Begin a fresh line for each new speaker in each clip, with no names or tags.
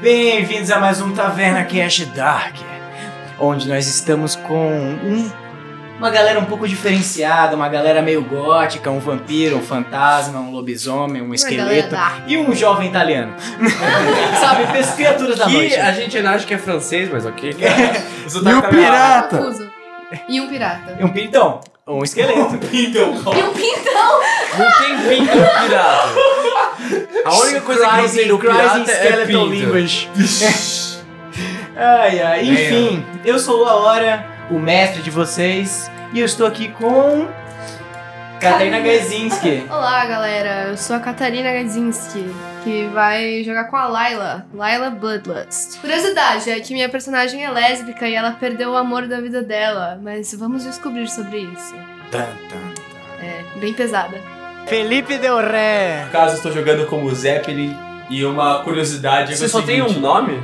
Bem-vindos a mais um Taverna Cash Dark, onde nós estamos com um- uma galera um pouco diferenciada, uma galera meio gótica, um vampiro, um fantasma, um lobisomem, um
galera
esqueleto
dark.
e um jovem italiano. Sabe, pes- criaturas da
Que
noite.
a gente ainda acha que é francês, mas ok. tá
O
E o
sotaque
pirata?
Confuso. E um pirata.
E Um pintão, um esqueleto.
E um pintão!
Não tem pinto no pirata. A única coisa que não
Cries
tem
in-
no
cries in
pirata é
skeletal
pinto.
language. ai, ai, enfim, eu sou o Laura, o mestre de vocês, e eu estou aqui com. Catarina Gaizinski.
Olá, galera. Eu sou a Catarina Gadzinski, que vai jogar com a Layla. Layla Bloodlust. Curiosidade é que minha personagem é lésbica e ela perdeu o amor da vida dela, mas vamos descobrir sobre isso. É, bem pesada.
Felipe Del Ré.
No caso, estou jogando como Zeppelin. E uma curiosidade é que
Você
é o
só tem um
seguinte-
nome?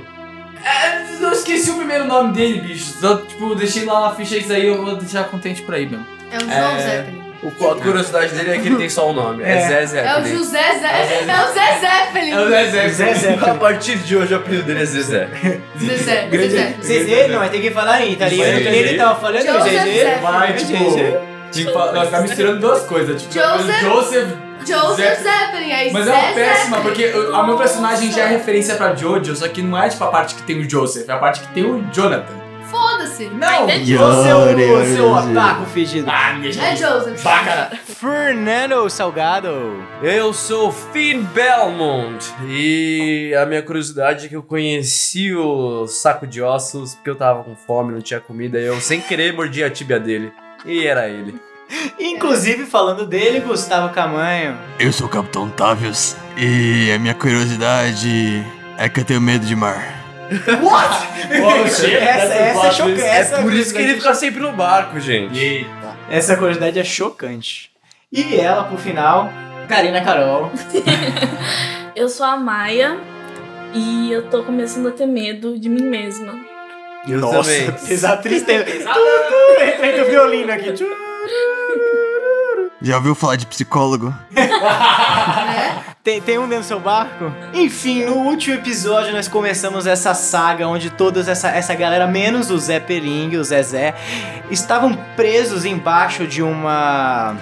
É, eu esqueci o primeiro nome dele, bicho. Só, tipo, deixei lá na ficha isso aí, eu vou deixar contente pra aí mesmo.
É o João
É.
Zeppelin.
O, a curiosidade dele é que ele tem só um nome. É,
É.
Zé
É o
Zeppelin.
José Zeppelin. É o Zé Zeppelin.
É o Zé Zeppelin.
Zé
A
Zeppelin.
partir de hoje o apelido dele é Zezé.
Zé Zeppelin.
Grande-
Zé Zeppelin.
Vocês ele não, mas tem que falar em italiano,
Isso
que
aí.
ele tava falando
Joseph
GG.
Zeppelin.
Vai, tipo, tipo, nós tá misturando duas coisas. Tipo,
Joseph-
Joseph
Joseph Zeppelin. Aí
Mas
Zé
é uma péssima,
Zeppelin.
porque eu- o meu personagem já é referência pra Jojo, só que não é tipo a parte que tem o Joseph, é a parte que tem o Jonathan.
Foda-se.
Não!
Você é o seu otaku fedido.
Ah, minha
É
gente.
Joseph.
Bacana.
Fernando Salgado.
Eu sou o Finn Belmont e a minha curiosidade é que eu conheci o saco de ossos porque eu tava com fome, não tinha comida e eu sem querer mordi a tíbia dele. E era ele.
Inclusive, falando dele, Gustavo Camanho.
Eu sou o Capitão Távios e a minha curiosidade é que eu tenho medo de mar.
essa essa é chocante. Essa
Por isso que
curiosidade-
ele fica sempre no barco, gente.
Essa curiosidade é chocante. E ela, por final, Karina Carol.
Eu sou a Maia e eu tô começando a ter medo de mim mesma.
Eu também.
pesar tristeza. Tu, tu, Entra aí do violino aqui. Tu.
Já ouviu falar de psicólogo?
Né?
Tem, tem um dentro do seu barco? Enfim, no último episódio nós começamos essa saga onde todas essa, essa galera, menos o Zé Pering e o Zezé, estavam presos embaixo de uma.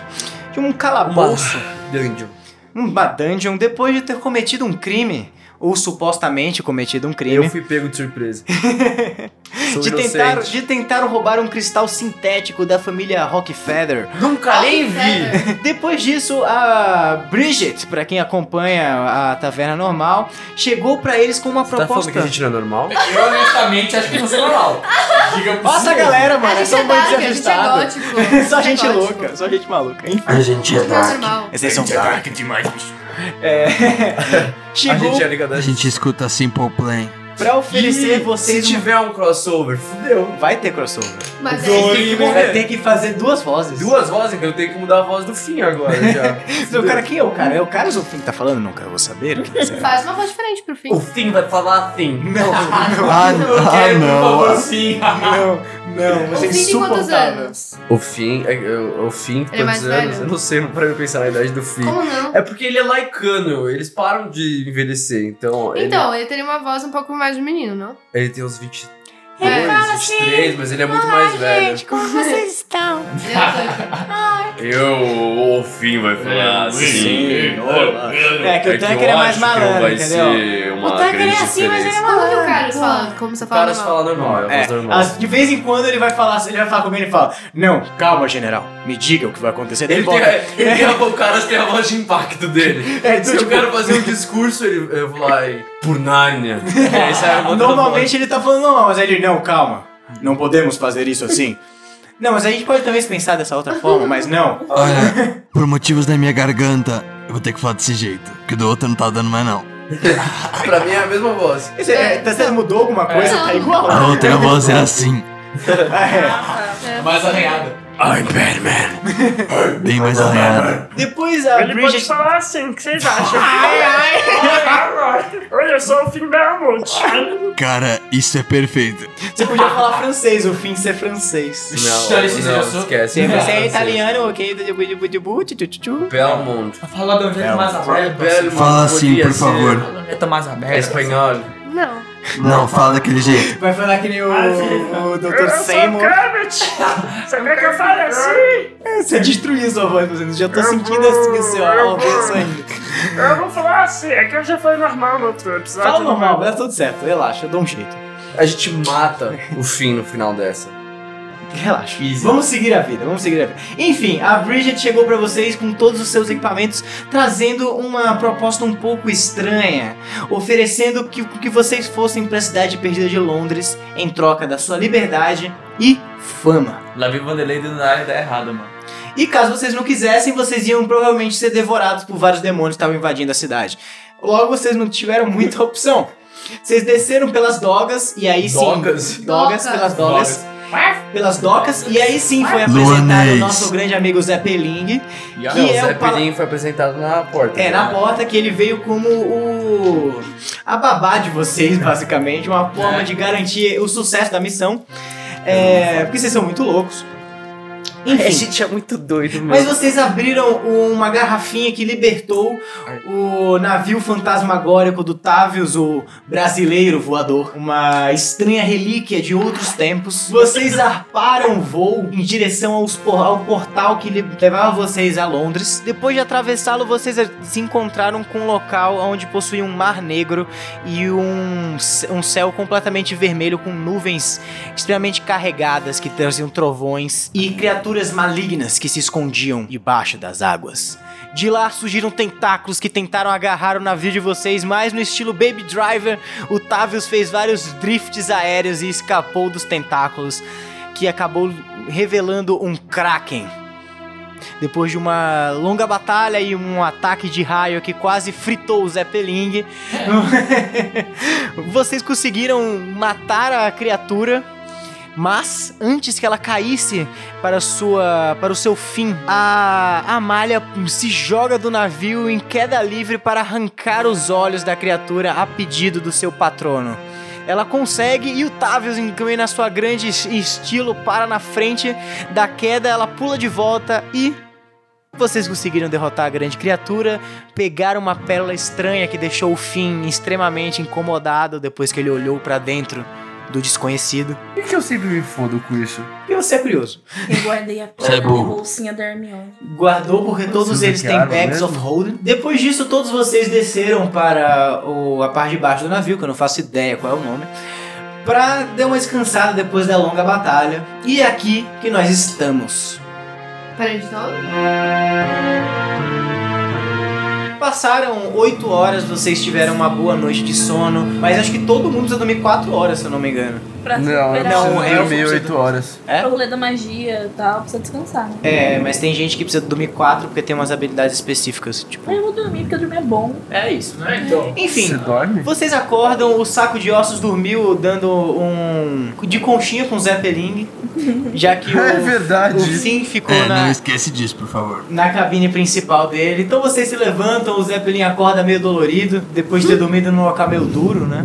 de um calabouço,
Dungeon.
uma dungeon, depois de ter cometido um crime, ou supostamente cometido um crime.
Eu fui pego de surpresa. Sou
De tentar,
inocente.
de tentar roubar um cristal sintético da família Rockefeller.
tá
Nunca nem vi.
Feather.
Depois disso, a Bridget, pra quem acompanha a Taverna Normal, chegou pra eles com uma
Você tá falando
proposta.
que a gente não é normal?
Eu honestamente acho que não sei normal. Diga por
Nossa,
si.
galera,
A
mano, é
gente
só
é
um bando de
dark, a gente é
ajustado.
gótico.
Só gente
é gótico.
louca, só gente maluca. Enfim,
A gente
Não é normal.
Vocês
um
são dark.
demais, bicho.
É.
A
Chegou
gente é a Liga da
A gente escuta Simple Plan.
pra oferecer
Ih,
vocês.
Se
uma-
tiver um crossover, fudeu.
Vai ter crossover.
Mas é
Dois.
isso.
Vai ter que fazer duas vozes.
Duas vozes, então eu tenho que mudar a voz do fim agora já.
O cara, quem é o cara? É o Carlos ou o Fim que tá falando? Não, cara, eu vou saber. o que você é.
Faz uma voz diferente pro fim.
fim vai falar assim.
Não,
Ah,
Eu quero, por favor, sim.
não, não,
o
você é
fim tem quantos
insuportável.
anos?
O fim, é, é, o fim,
Ele é mais
quantos anos?
velho?
Eu não sei, não parei pra pensar na idade do fim.
Como não?
É porque ele é laicano, eles param de envelhecer, então. ele-
Então, ele teria uma voz um pouco mais de menino, não?
Ele, tem uns 22,
Ele fala
23, mas ele é muito mais velho.
como vocês estão?
Eu, o fim vai falar assim.
É que o Tanker é mais malandro, entendeu?
ser
O Tucker é assim, mas ele é
Como que o
maluco.
Carlos fala? Como você
O
fala
cara
normal?
fala normal, é a
É,
voz normal.
as- de vez em quando ele vai falar, ele vai falar comigo e ele fala: Não, calma, general, me diga o que vai acontecer. Daí
Ele
Ele
tem,
volta.
ele tem a, o cara tem a voz de impacto dele.
É,
Se eu
tipo,
quero fazer um discurso, ele, eu vou lá e. Por Narnia. É, isso é uma outra
Normalmente ele tá falando normal, mas aí ele, não, calma, não podemos fazer isso assim. não, mas a gente pode talvez pensar dessa outra forma, mas não.
Olha, por motivos da minha garganta, eu vou ter que falar desse jeito, que do outro não tá dando mais não.
voz. Pra mim é a mesma voz.
Você, é, tá- você mudou alguma coisa?
Não.
Tá igual.
A outra voz era assim,
É.
Mais arranhada.
I'm Batman, bem mais arranhada.
Depois a
Ele pode
Bridget.
falar assim, o que vocês acham? Olha, eu sou o Finn Belmont.
Cara, isso é perfeito.
Você podia falar francês, o fim ser francês.
Não,
Olha, esse já
não,
sou-
esquece.
Se você é
Francês.
italiano, ok? tchu-tchu-tchu-tchu.
Belmont.
Fala de um jeito mais aberto.
Belmont
Fala assim,
podia
por
ser
favor.
Fala de um jeito mais
É
aberto.
espanhol.
Não.
Não fala daquele jeito.
Vai falar que nem o, o Dr.
Eu sou o
Seymour.
Kermit! Sabia que eu falo assim?
Você destruiu sua voz, Luciano. Já tô
Eu
sentindo
vou-
assim o seu
eu vou-
alvoroço ainda.
Eu vou falar assim, é que eu já falei normal no outro episódio.
Fala normal, vai dar tudo certo. Relaxa, eu dou um jeito.
A gente mata o fim no final dessa.
Relaxa.
Easy.
Vamos seguir a vida, vamos seguir a vida. Enfim, a Bridget chegou pra vocês com todos os seus equipamentos, trazendo uma proposta um pouco estranha, oferecendo que, que vocês fossem pra cidade perdida de Londres em troca da sua liberdade e fama.
Lá vem Vanderlei dentro da área tá errado, mano.
E caso vocês não quisessem, vocês iam provavelmente ser devorados por vários demônios que estavam invadindo a cidade. Logo, vocês não tiveram muita opção. Vocês desceram pelas dogas e aí É sim.
Dogas.
Dogas,
Docas.
pelas dogas. Pelas docas. E aí sim foi
Luanês.
apresentado o nosso grande amigo Zé Peling.
E
Que
o
é
Zé
o pala-
Pelim foi apresentado na porta.
É,
né?
na porta que ele veio como o. a babá de vocês, basicamente. Uma forma de garantir o sucesso da missão. É, porque vocês são muito loucos.
A
Enfim.
gente é muito doido mesmo.
Mas vocês abriram uma garrafinha que libertou o navio fantasmagórico do Tavius, o brasileiro voador. Uma estranha relíquia de outros tempos. Vocês arparam o voo em direção aos por- ao portal que li- levava vocês a Londres. Depois de atravessá-lo, vocês a- se encontraram com um local onde possuía um mar negro e um, c- um céu completamente vermelho com nuvens extremamente carregadas que traziam trovões e criaturas malignas que se escondiam debaixo das águas. De lá surgiram tentáculos que tentaram agarrar o navio de vocês, mas no estilo Baby Driver, o Tavius fez vários drifts aéreos e escapou dos tentáculos, que acabou revelando um Kraken. Depois de uma longa batalha e um ataque de raio que quase fritou o Zeppeling, vocês conseguiram matar a criatura mas antes que ela caísse para sua para o seu fim, a Amália se joga do navio em queda livre para arrancar os olhos da criatura a pedido do seu patrono. Ela consegue e o Tavius, em- também na sua grande es- estilo, para na frente da queda, ela pula de volta e vocês conseguiram derrotar a grande criatura, pegar uma pérola estranha que deixou o Finn extremamente incomodado depois que ele olhou para dentro do desconhecido.
Por que que eu sempre me fodo com isso?
E você é curioso.
Eu guardei a
Você é burro.
bolsinha da Hermione.
Guardou porque todos
Vocês né?
eles têm
hackearam
bags
mesmo?
of holding. Depois disso, todos vocês desceram para o- a parte de baixo do navio, que eu não faço ideia qual é o nome, para dar uma descansada depois da longa batalha. E é aqui que nós estamos.
Peraí, de novo?
Passaram 8 horas, vocês tiveram uma boa noite de sono, mas acho que todo mundo precisa dormir 4 horas, se eu não me engano.
Pra
Não, eu
recuperar.
Não,
preciso
é o
dormir
fundo.
8 horas.
É?
Pra rolê da magia e tal, precisa descansar. né?
É, mas tem gente que precisa dormir 4 porque tem umas habilidades específicas, tipo.
Mas eu vou dormir, porque dormir é bom.
É isso.
Não é então?
Enfim,
Você dorme?
Vocês acordam, o saco de ossos dormiu dando um. de conchinha com o Zé Peling, já que
É
o, o
verdade.
Finn ficou
É, não
na,
esquece disso, por favor.
na cabine principal dele. Então vocês se levantam, o Zé Peling acorda meio dolorido, depois de ter dormido num local meio duro, né?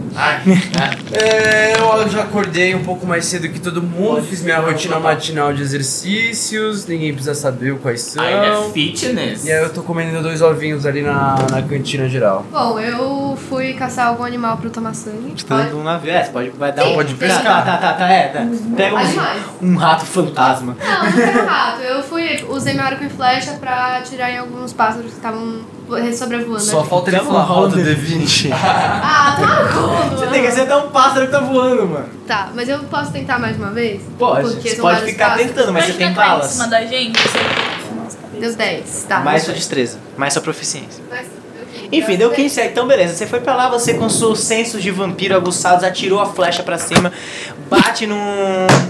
É, eu já acordei um pouco mais cedo que todo mundo, fiz minha rotina matinal de exercícios, ninguém precisa saber quais
Ainda é
são.
fitness.
E aí eu tô comendo dois ovinhos ali na, na cantina geral.
Bom, eu fui caçar algum animal pra eu tomar sangue.
Você tá dentro de um navio. É, você pode, vai dar
Sim,
um.
pode
Tá,
pescar.
tá, tá, tá, é, tá. Pega um,
Animais.
um rato fantasma.
Não, não foi errado. Eu fui, usei meu arco e flecha pra atirar em alguns pássaros que estavam vo- sobrevoando.
Só falta ele
Dá um
falar
roll
roda
de
D20.
Ah, tá louco!
Você tem que acertar um pássaro que tá voando, mano.
Tá, mas eu posso tentar mais uma vez?
Pode,
Porque
você
são
pode
vários
ficar
pássaros.
tentando, mas você
Imagina
tem
cair em
balas.
cima da gente, você fica nossa cabeça.
Deu 10, tá.
Mais sua destreza, mais sua proficiência.
Mas-
Enfim, deu 15 segundos. Então, beleza. Você foi pra lá, você com seus sensos de vampiro aguçados, atirou a flecha pra cima, bate num,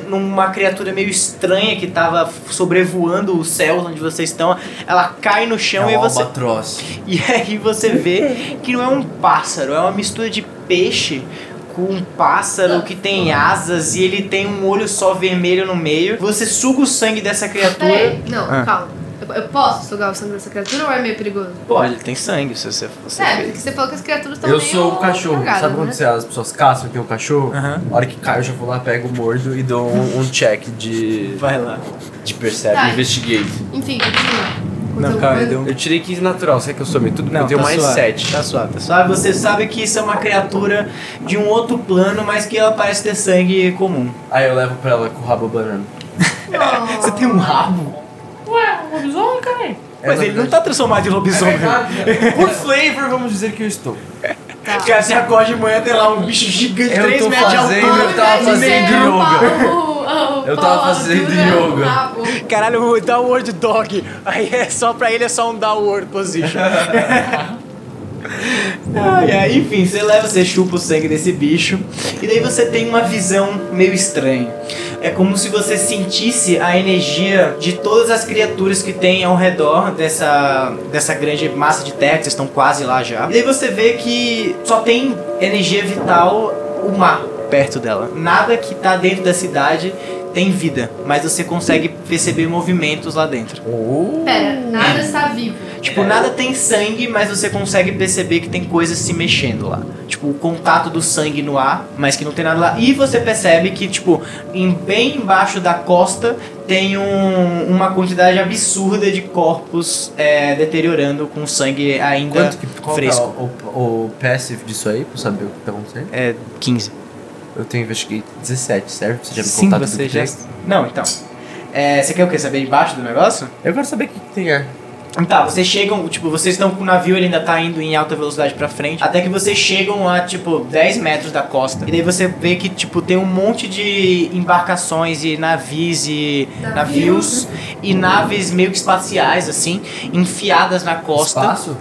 numa criatura meio estranha que tava sobrevoando os céus onde vocês estão. Ela cai no
É
chão Então, e você.
albatroz.
E aí você vê que não é um pássaro, é uma mistura de peixe com um pássaro que tem asas e ele tem um olho só vermelho no meio. Você suga o sangue dessa criatura.
Peraí, não,
Ah.
calma. Eu, eu posso sugar o sangue dessa criatura ou é meio perigoso?
Pô, ele tem sangue, se você fosse.
É, porque você falou que as criaturas estão
Eu
meio
sou o cachorro.
drogadas,
Sabe quando
né?
você- as pessoas caçam que é o cachorro?
Aham.
A hora que cai, eu já vou lá, pego o mordo e dou um, um check de,
Vai lá.
de percebe,
Tá.
investigate.
Enfim, continua. Ou
Não,
teu
calma,
coisa?
deu um-
Eu tirei 15 natural, será que eu somei tudo? eu tenho mais
suave,
7.
Tá suave, tá suave. Você sabe que isso é uma criatura de um outro plano, mas que ela parece ter sangue comum.
Aí eu levo pra ela com o rabo banana.
Oh.
Você tem um rabo?
Ué, o lobisomem, cara.
É
Mas ele não tá transformado em lobisomem.
um Tá. Por flavor, vamos dizer que eu estou.
Tá.
Cara, você acorda de manhã, tem lá um bicho gigante,
Eu
3
tô
metros de
fazendo-
altura.
eu tava
Ao invés de
fazendo
ser um
yoga.
pau- um
Eu
pau
tava fazendo
altura,
yoga.
um rabo.
Caralho, eu vou dar um word dog. Aí é só pra ele é só um downward position. Ai, ai, enfim, você leva, você chupa o sangue desse bicho. E daí você tem uma visão meio estranha. É como se você sentisse a energia de todas as criaturas que tem ao redor dessa, dessa grande massa de terra, que vocês estão quase lá já. E daí você vê que só tem energia vital o mar perto dela. Nada que tá dentro da cidade tem vida, mas você consegue perceber movimentos lá dentro.
Oh.
Pera, nada está vivo.
Tipo,
É.
nada tem sangue, mas você consegue perceber que tem coisas se mexendo lá. Tipo, o contato do sangue no ar, mas que não tem nada lá. E você percebe que, tipo, em- bem embaixo da costa tem um- uma quantidade absurda de corpos é, deteriorando com sangue ainda
Quanto que qual que é
fresco.
o, o, o passive disso aí, pra eu saber o que tá acontecendo?
É 15.
Eu tenho investigate 17, serve? Você já me
Sim,
contar tudo
você
que
já.
tem?
Não, então. É, você quer o quê? Saber embaixo do negócio?
Eu quero saber o que, que tem é.
Tá, vocês chegam, tipo, vocês estão com o navio, ele ainda tá indo em alta velocidade pra frente, até que vocês chegam a, tipo, 10 metros da costa. E daí você vê que, tipo, tem um monte de embarcações e navios e navios e naves meio que espaciais, assim, enfiadas na costa.
Espaço?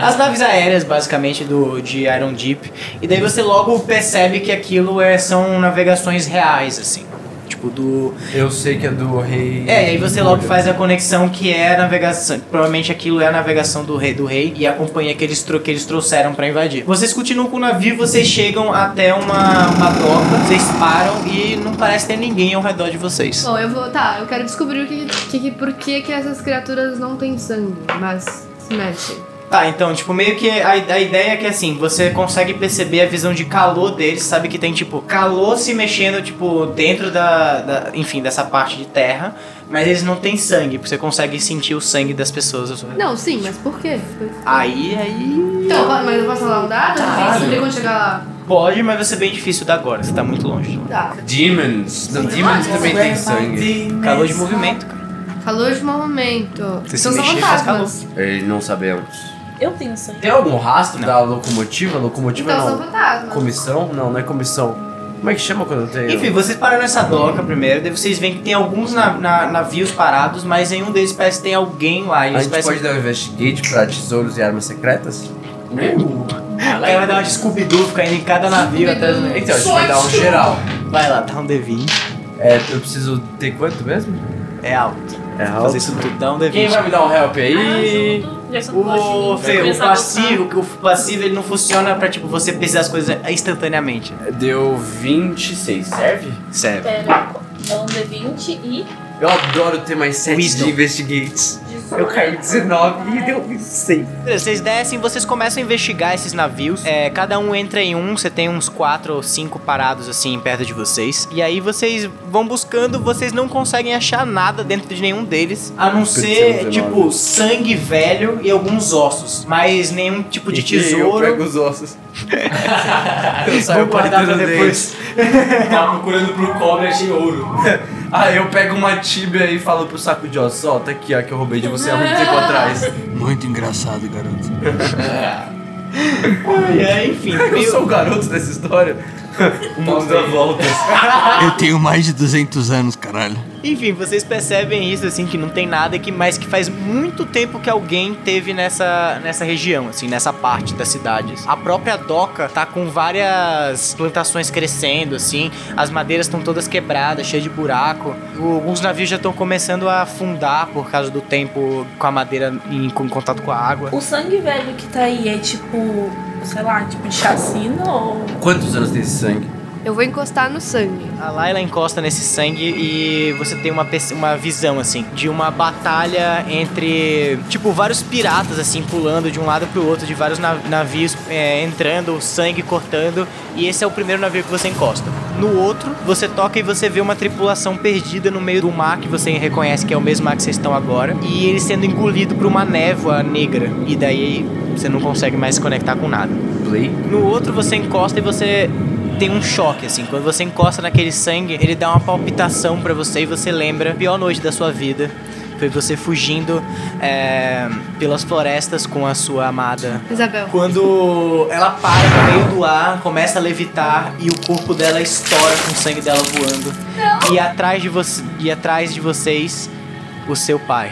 As naves aéreas, basicamente, do, de Iron Deep. E daí você logo percebe que aquilo é, são navegações reais, assim. Tipo, do,
Eu sei que é do rei.
é, e aí você logo faz a conexão que é a navegação. Provavelmente aquilo é a navegação do rei do rei e a companhia que eles, tro- que eles trouxeram pra invadir. Vocês continuam com o navio, vocês chegam até uma, uma doca, vocês param e não parece ter ninguém ao redor de vocês.
Bom, eu vou. Tá, eu quero descobrir o que. que, que por que, que essas criaturas não têm sangue, mas se mexem.
Tá, então, tipo, meio que a, a ideia é que assim, você consegue perceber a visão de calor deles, sabe que tem, tipo, calor se mexendo, tipo, dentro da. da- enfim, dessa parte de terra. Mas eles não têm sangue, porque você consegue sentir o sangue das pessoas. ao seu redor.
Não, sim, mas por quê?
Aí, aí.
Então, mas eu posso rolar um dado? Eu tenho que descobrir quando chegar lá.
Pode, mas vai ser bem difícil dar agora, você tá muito longe.
Tá.
Demons. Não, Demons
Ah,
Ah,
é,
também tem sangue.
Calor de movimento, cara.
Calor de movimento.
Você se
então são
mexer, faz
fantasmas.
Ei, É, não sabemos.
Eu tenho sangue.
Tem algum rastro da locomotiva? Locomotiva
Então são
não.
fantasmas.
Comissão? Não, não é comissão. Como é que chama quando tem.
Enfim, vocês param nessa doca primeiro, daí vocês veem que tem alguns na- na- navios parados, mas nenhum deles parece que tem alguém lá. E
A
eles
gente
parecem.
pode dar um investigate pra tesouros e armas secretas? Uhum.
O cara vai dar uma descobridor ficando em cada navio até.
Então, a gente
Só
vai dar um
isso.
geral.
Vai lá, dá um D20.
É, eu preciso ter quanto mesmo?
É alto.
É
Fazer isso tudo, dá um
Quem vai
D20.
me dar um help
Ai,
aí?
ajudo. Ah, Já que eu não gosto de mim,
O,
vou
Fê, o
começar a
passivo, que o passivo ele não funciona pra tipo você pensar as coisas instantaneamente.
Deu 26, serve?
Sério.
gostar. Pera, é um D20 e
Eu adoro ter mais 7
Wisdom.
de investigates.
18.
Eu caí 19 e deu 26.
Vocês descem, vocês começam a investigar esses navios. É, cada um entra em um, você tem uns quatro ou cinco parados assim perto de vocês. E aí vocês vão buscando, vocês não conseguem achar nada dentro de nenhum deles. A não ser,
Precisa,
tipo, sangue velho e alguns ossos. Mas nenhum tipo de
Eu
tesouro.
pego os ossos. eu saio
Vou guardar pra
partindo deles.
depois.
Tava procurando pro cobre, achei ouro.
Aí Ah, eu pego uma tíbia e falo pro saco de ossos, ó, tá aqui, ó, que eu roubei de você há muito tempo atrás.
Muito engraçado, garoto.
E aí, É, enfim,
Eu
meio-
sou o garoto dessa história. O mundo
Tá
dá voltas.
Eu tenho mais de 200 anos, caralho.
Enfim, vocês percebem isso, assim, que não tem nada que mais que faz muito tempo que alguém teve nessa, nessa região, assim, nessa parte das cidades. A própria doca tá com várias plantações crescendo, assim, as madeiras estão todas quebradas, cheias de buraco. O- Alguns navios já estão começando a afundar por causa do tempo com a madeira em, com contato com a água.
O sangue velho que tá aí é tipo, sei lá, tipo de chacina ou.
Quantos anos tem esse sangue?
Eu vou encostar no sangue.
A Layla encosta nesse sangue e você tem uma, perce- uma visão, assim, de uma batalha entre, tipo, vários piratas, assim, pulando de um lado pro outro, de vários na- navios é, entrando, o sangue cortando, e esse é o primeiro navio que você encosta. No outro, você toca e você vê uma tripulação perdida no meio do mar, que você reconhece que é o mesmo mar que vocês estão agora, e ele sendo engolido por uma névoa negra, e daí você não consegue mais se conectar com nada.
Play.
No outro você encosta e você tem um choque assim. Quando você encosta naquele sangue, ele dá uma palpitação pra você e você lembra a pior noite da sua vida. Foi você fugindo é, pelas florestas com a sua amada.
Isabel.
Quando ela para no meio do ar, começa a levitar e o corpo dela estoura com o sangue dela voando. E atrás de você, e atrás de vocês, o seu pai.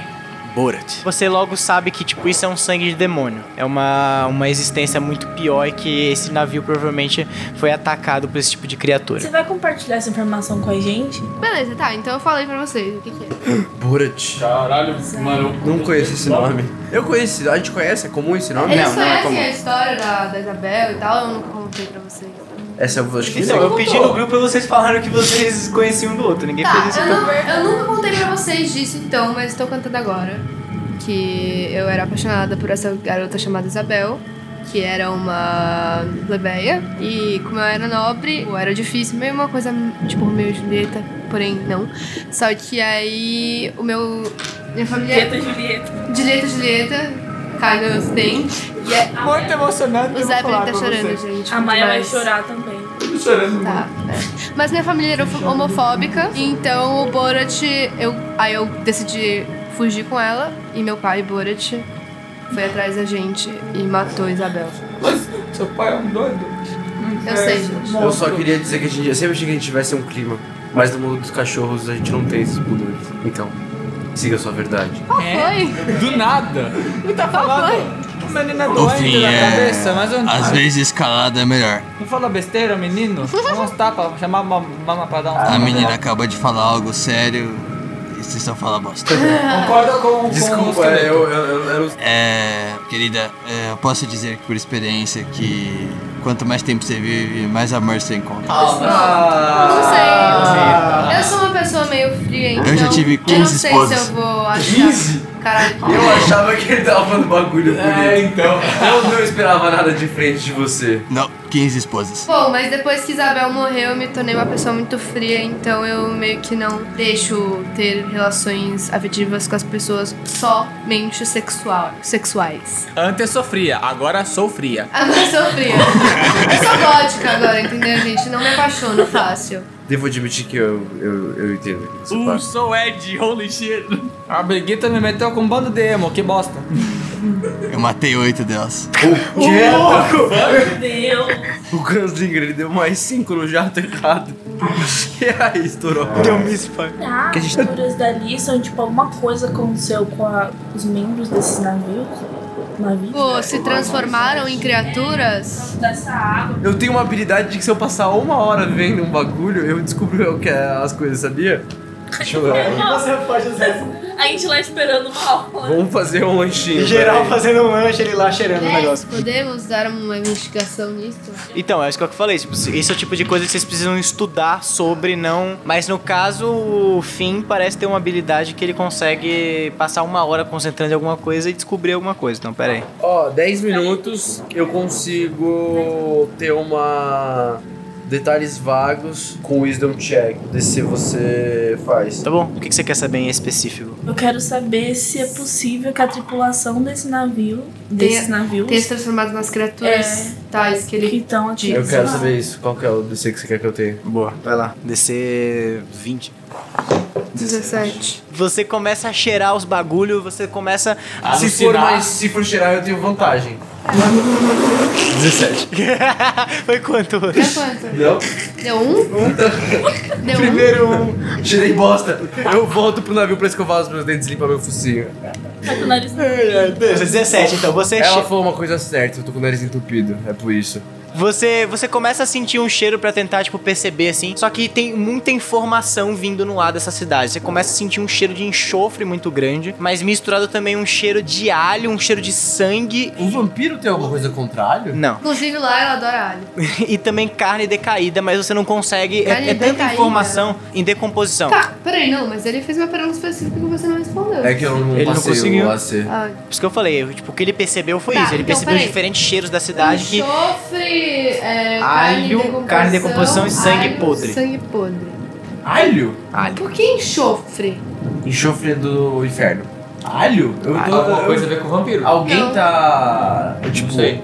Borat. Você logo sabe que, tipo, isso é um sangue de demônio. É uma, uma existência muito pior e que esse navio provavelmente foi atacado por esse tipo de criatura.
Você vai compartilhar essa informação com a gente?
Beleza, tá. Então eu falei pra vocês o que, que é.
Borat.
Caralho, mano. eu- Tá.
Não conheço esse nome. Eu conheço, a gente conhece, é comum esse nome?
Eles
não, não
conhecem a
é comum.
história da, da Isabel e tal, eu não contei pra vocês.
Essa eu acho que
é
Então, eu pedi no grupo e vocês falaram que vocês conheciam um do outro. Ninguém fez isso.
Tá, eu,
então.
não, eu nunca contei pra vocês disso então, mas tô cantando agora. Que eu era apaixonada por essa garota chamada Isabel, que era uma plebeia. E como eu era nobre, eu era difícil, meio uma coisa tipo meio Julieta, porém não. Só que aí o meu. Minha família.
Julieta, É. Julieta.
Julieta, Julieta, Carlos tem. E é,
Muito emocionante.
o
eu vou
Zé
falar
tá
com
chorando,
vocês.
gente.
A Maia tipo, vai
mas-
chorar também.
Tô chorando.
Tá, é. Mas minha família era homofóbica, então o Borat, eu, aí eu decidi fugir com ela e meu pai, Borat, foi atrás da gente e matou a Isabel.
Mas seu pai é um doido.
Eu sei, gente.
Eu só queria dizer que a gente, eu sempre achei que a gente tivesse um clima, mas no mundo dos cachorros a gente não tem esses pudores. Então, siga a sua verdade.
Ah,
Qual foi?
Do nada. Ele tá falando. O menino é
O
doente
fim
na
é.
cabeça, mas eu
Às vezes escalada é melhor.
Não fala besteira, menino. Dá uns tapas, chamar uma mama pra dar um
A menina acaba de falar algo sério e vocês só falam bosta.
Concorda com,
Desculpa, é,
eu.
eu, eu, eu, eu não
É, querida, é, eu posso dizer que por experiência que quanto mais tempo você vive, mais amor você encontra.
Ah,
Não
Ah,
sei. Eu sou uma pessoa meio fria, então.
Eu já tive 15
eu não sei
esposas.
se eu vou achar.
15?
Caralho.
Eu achava que ele tava falando bagulho bonito.
É, então.
Eu não esperava nada de frente de você.
Não, 15 esposas.
Bom, mas depois que Isabel morreu, eu me tornei uma pessoa muito fria, então eu meio que não deixo ter relações afetivas com as pessoas somente sexual, sexuais.
Antes sofria, agora sou fria.
Agora eu sou fria. Eu sou gótica agora, entendeu, gente? Não me apaixono fácil.
Devo admitir que eu, eu, eu entendo. o que você
Uh,
fala.
sou Ed, holy shit. A Briguita me meteu com um bando de emo, que bosta.
Eu matei oito delas.
uh,
Meu Deus.
O Gunslinger, ele deu mais 5 no jato errado. E aí, estourou.
Deu um misfire.
Ah, as
tá-
criaturas dali são tipo alguma coisa aconteceu com a- os membros desses navios? Navios? né?
Pô, se transformaram em criaturas?
Dessa água.
Eu tenho uma habilidade de que se eu passar uma hora vendo um bagulho, eu descubro o que é as coisas, sabia? Deixa eu ver.
Você pode usar essa.
A gente lá esperando uma hora.
Vamos fazer um lanchinho.
Em geral
peraí.
fazendo um lanche, ele lá cheirando o
É,
negócio.
podemos dar uma investigação nisso?
Então, é isso que eu falei. Tipo, esse é o tipo de coisa que vocês precisam estudar sobre, não. Mas no caso, o Finn parece ter uma habilidade que ele consegue passar uma hora concentrando em alguma coisa e descobrir alguma coisa. Então, pera aí.
Ó, 10 minutos eu consigo ter uma. Detalhes vagos com Wisdom Check. DC você faz.
Tá bom? O que que você quer saber em específico?
Eu quero saber se é possível que a tripulação desse navio, desses navios,
Ter se transformado nas criaturas tais que
que
ele.
estão aqui.
Eu quero
sei lá.
saber isso. Qual que é o DC que você quer que eu tenha?
Boa, vai lá. DC 20.
17.
Você começa a cheirar os bagulho, você começa a se
se for
formar.
mais, se for cheirar, eu tenho vantagem. 17.
Foi quanto?
Deu quanto?
Não?
Deu um? Deu um?
Primeiro um. Cheirei bosta. Eu volto pro navio pra escovar os meus dentes e limpar meu focinho.
Tá com o nariz-
17, então. Você
Ela
che...
falou uma coisa certa, eu tô com o nariz entupido. É por isso.
Você, você começa a sentir um cheiro pra tentar, tipo, perceber, assim. Só que tem muita informação vindo no ar dessa cidade. Você começa a sentir um cheiro de enxofre muito grande, mas misturado também um cheiro de alho, um cheiro de sangue. um
O vampiro tem alguma coisa contrário?
Não.
Inclusive lá ela adora alho.
e também carne decaída, mas você não consegue.
Carne
É, é tanta
decaída.
informação em decomposição.
Tá, peraí, não, mas ele fez uma pergunta específica que você não respondeu.
É que eu não
Ele não
passei
conseguiu.
o AC.
Ah,
Por isso que eu falei, eu, tipo, o que ele percebeu foi
Tá,
isso. Ele
então,
percebeu os
peraí.
diferentes cheiros da cidade que.
Enxofre, é,
Alho,
carne,
carne decomposição e sangue
alho,
podre.
Sangue podre.
Alho?
Alho.
Por que enxofre?
Enxofre do inferno. Alho? Eu
Alho.
tô-
Alguma
eu-
coisa a ver com vampiro.
alguém
Não.
tá. eu, Tipo,
Não sei.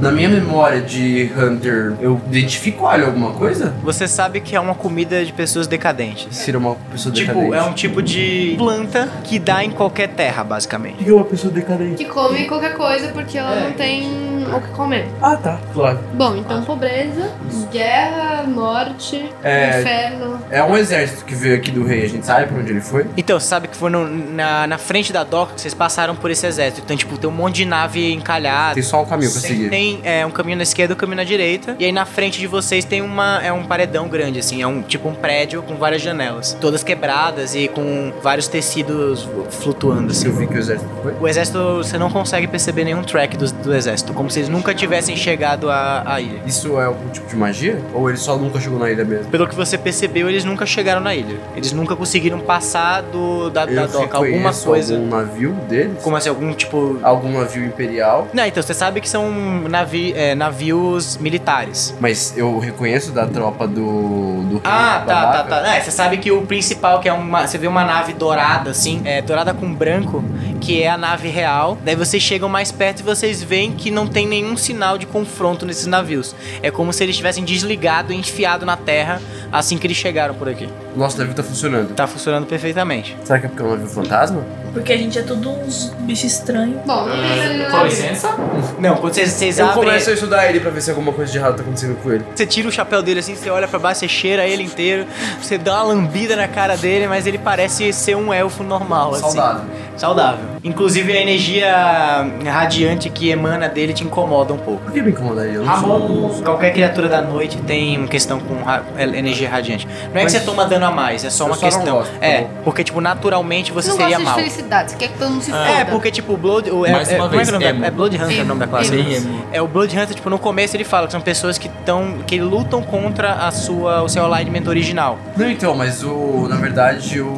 na minha memória de Hunter, eu identifico alho alguma coisa?
Você sabe que é uma comida de pessoas decadentes.
Ser uma pessoa
Tipo,
decadente.
é um tipo de planta que dá em qualquer terra, basicamente.
que é uma pessoa decadente?
Que come qualquer coisa porque ela
É.
não tem o que comer.
Ah, tá. Claro.
Bom,
Ah.
então pobreza, guerra, morte,
É.
inferno.
É um exército que veio aqui do rei, a gente sabe pra onde ele foi?
Então, você sabe que foi no- na, na frente da doca que vocês passaram por esse exército. Então, tipo, tem um monte de nave encalhada.
Tem só um caminho pra
Sim,
seguir.
Tem é, um caminho na esquerda e um caminho na direita. E aí na frente de vocês tem uma, é um paredão grande, assim. É um tipo um prédio com várias janelas. Todas quebradas e com vários tecidos flutuando,
Se eu
assim.
vi que o exército foi.
O exército, você não consegue perceber nenhum track do, do exército. Como se eles nunca tivessem chegado à, à ilha.
Isso é algum tipo de magia? Ou ele só nunca chegou na ilha mesmo?
Pelo que você percebeu, eles nunca chegaram na ilha. Eles nunca conseguiram passar do, da, da
Eu
doca. Alguma
reconheço
coisa.
Algum navio deles?
Como assim, algum tipo...
Algum navio imperial?
Não, então, você sabe que são navi, é, navios militares.
Mas eu reconheço da tropa do. do
Ah, tá,
rei
tá,
babaca.
tá. É, você sabe que o principal, que é uma. Você vê uma nave dourada, assim, é, dourada com branco, que é a nave real. Daí vocês chegam mais perto e vocês veem que não tem nenhum sinal de confronto nesses navios. É como se eles tivessem desligado e enfiado na terra assim que eles chegaram por aqui.
Nosso navio tá funcionando.
Tá funcionando perfeitamente.
Será que é porque é um navio fantasma?
Porque a gente é tudo uns bichos estranhos.
Bom,
Ah,
não precisa de
Com
nada.
licença?
Não, quando vocês, vocês
eu
abrem.
começo a estudar ele pra ver se alguma coisa de errado tá acontecendo com ele.
Você tira o chapéu dele assim, você olha pra baixo, você cheira ele inteiro, você dá uma lambida na cara dele, mas ele parece ser um elfo normal, assim.
Saudável.
saudável. Inclusive a energia radiante que emana dele te incomoda um pouco.
Por que me incomodaria? Eu não
Ramon, qualquer criatura da noite tem uma questão com ra- é, energia radiante. Não é que
Mas-
você toma dano a mais, é só
Eu
uma
só não
questão.
gosto, tá
é,
bom.
porque tipo naturalmente você
não
seria
gosta de
mal.
felicidade, você quer que todo mundo se foda.
É, porque tipo Blood, o- é,
Mais
é,
uma
como é
vez,
que é o nome da-
emo.
é Blood Hunter o nome da classe.
Emo.
né? É o Blood Hunter, tipo, no começo ele fala que são pessoas que estão que lutam contra a sua o seu alignment original.
Não, então, mas o. Na verdade, o.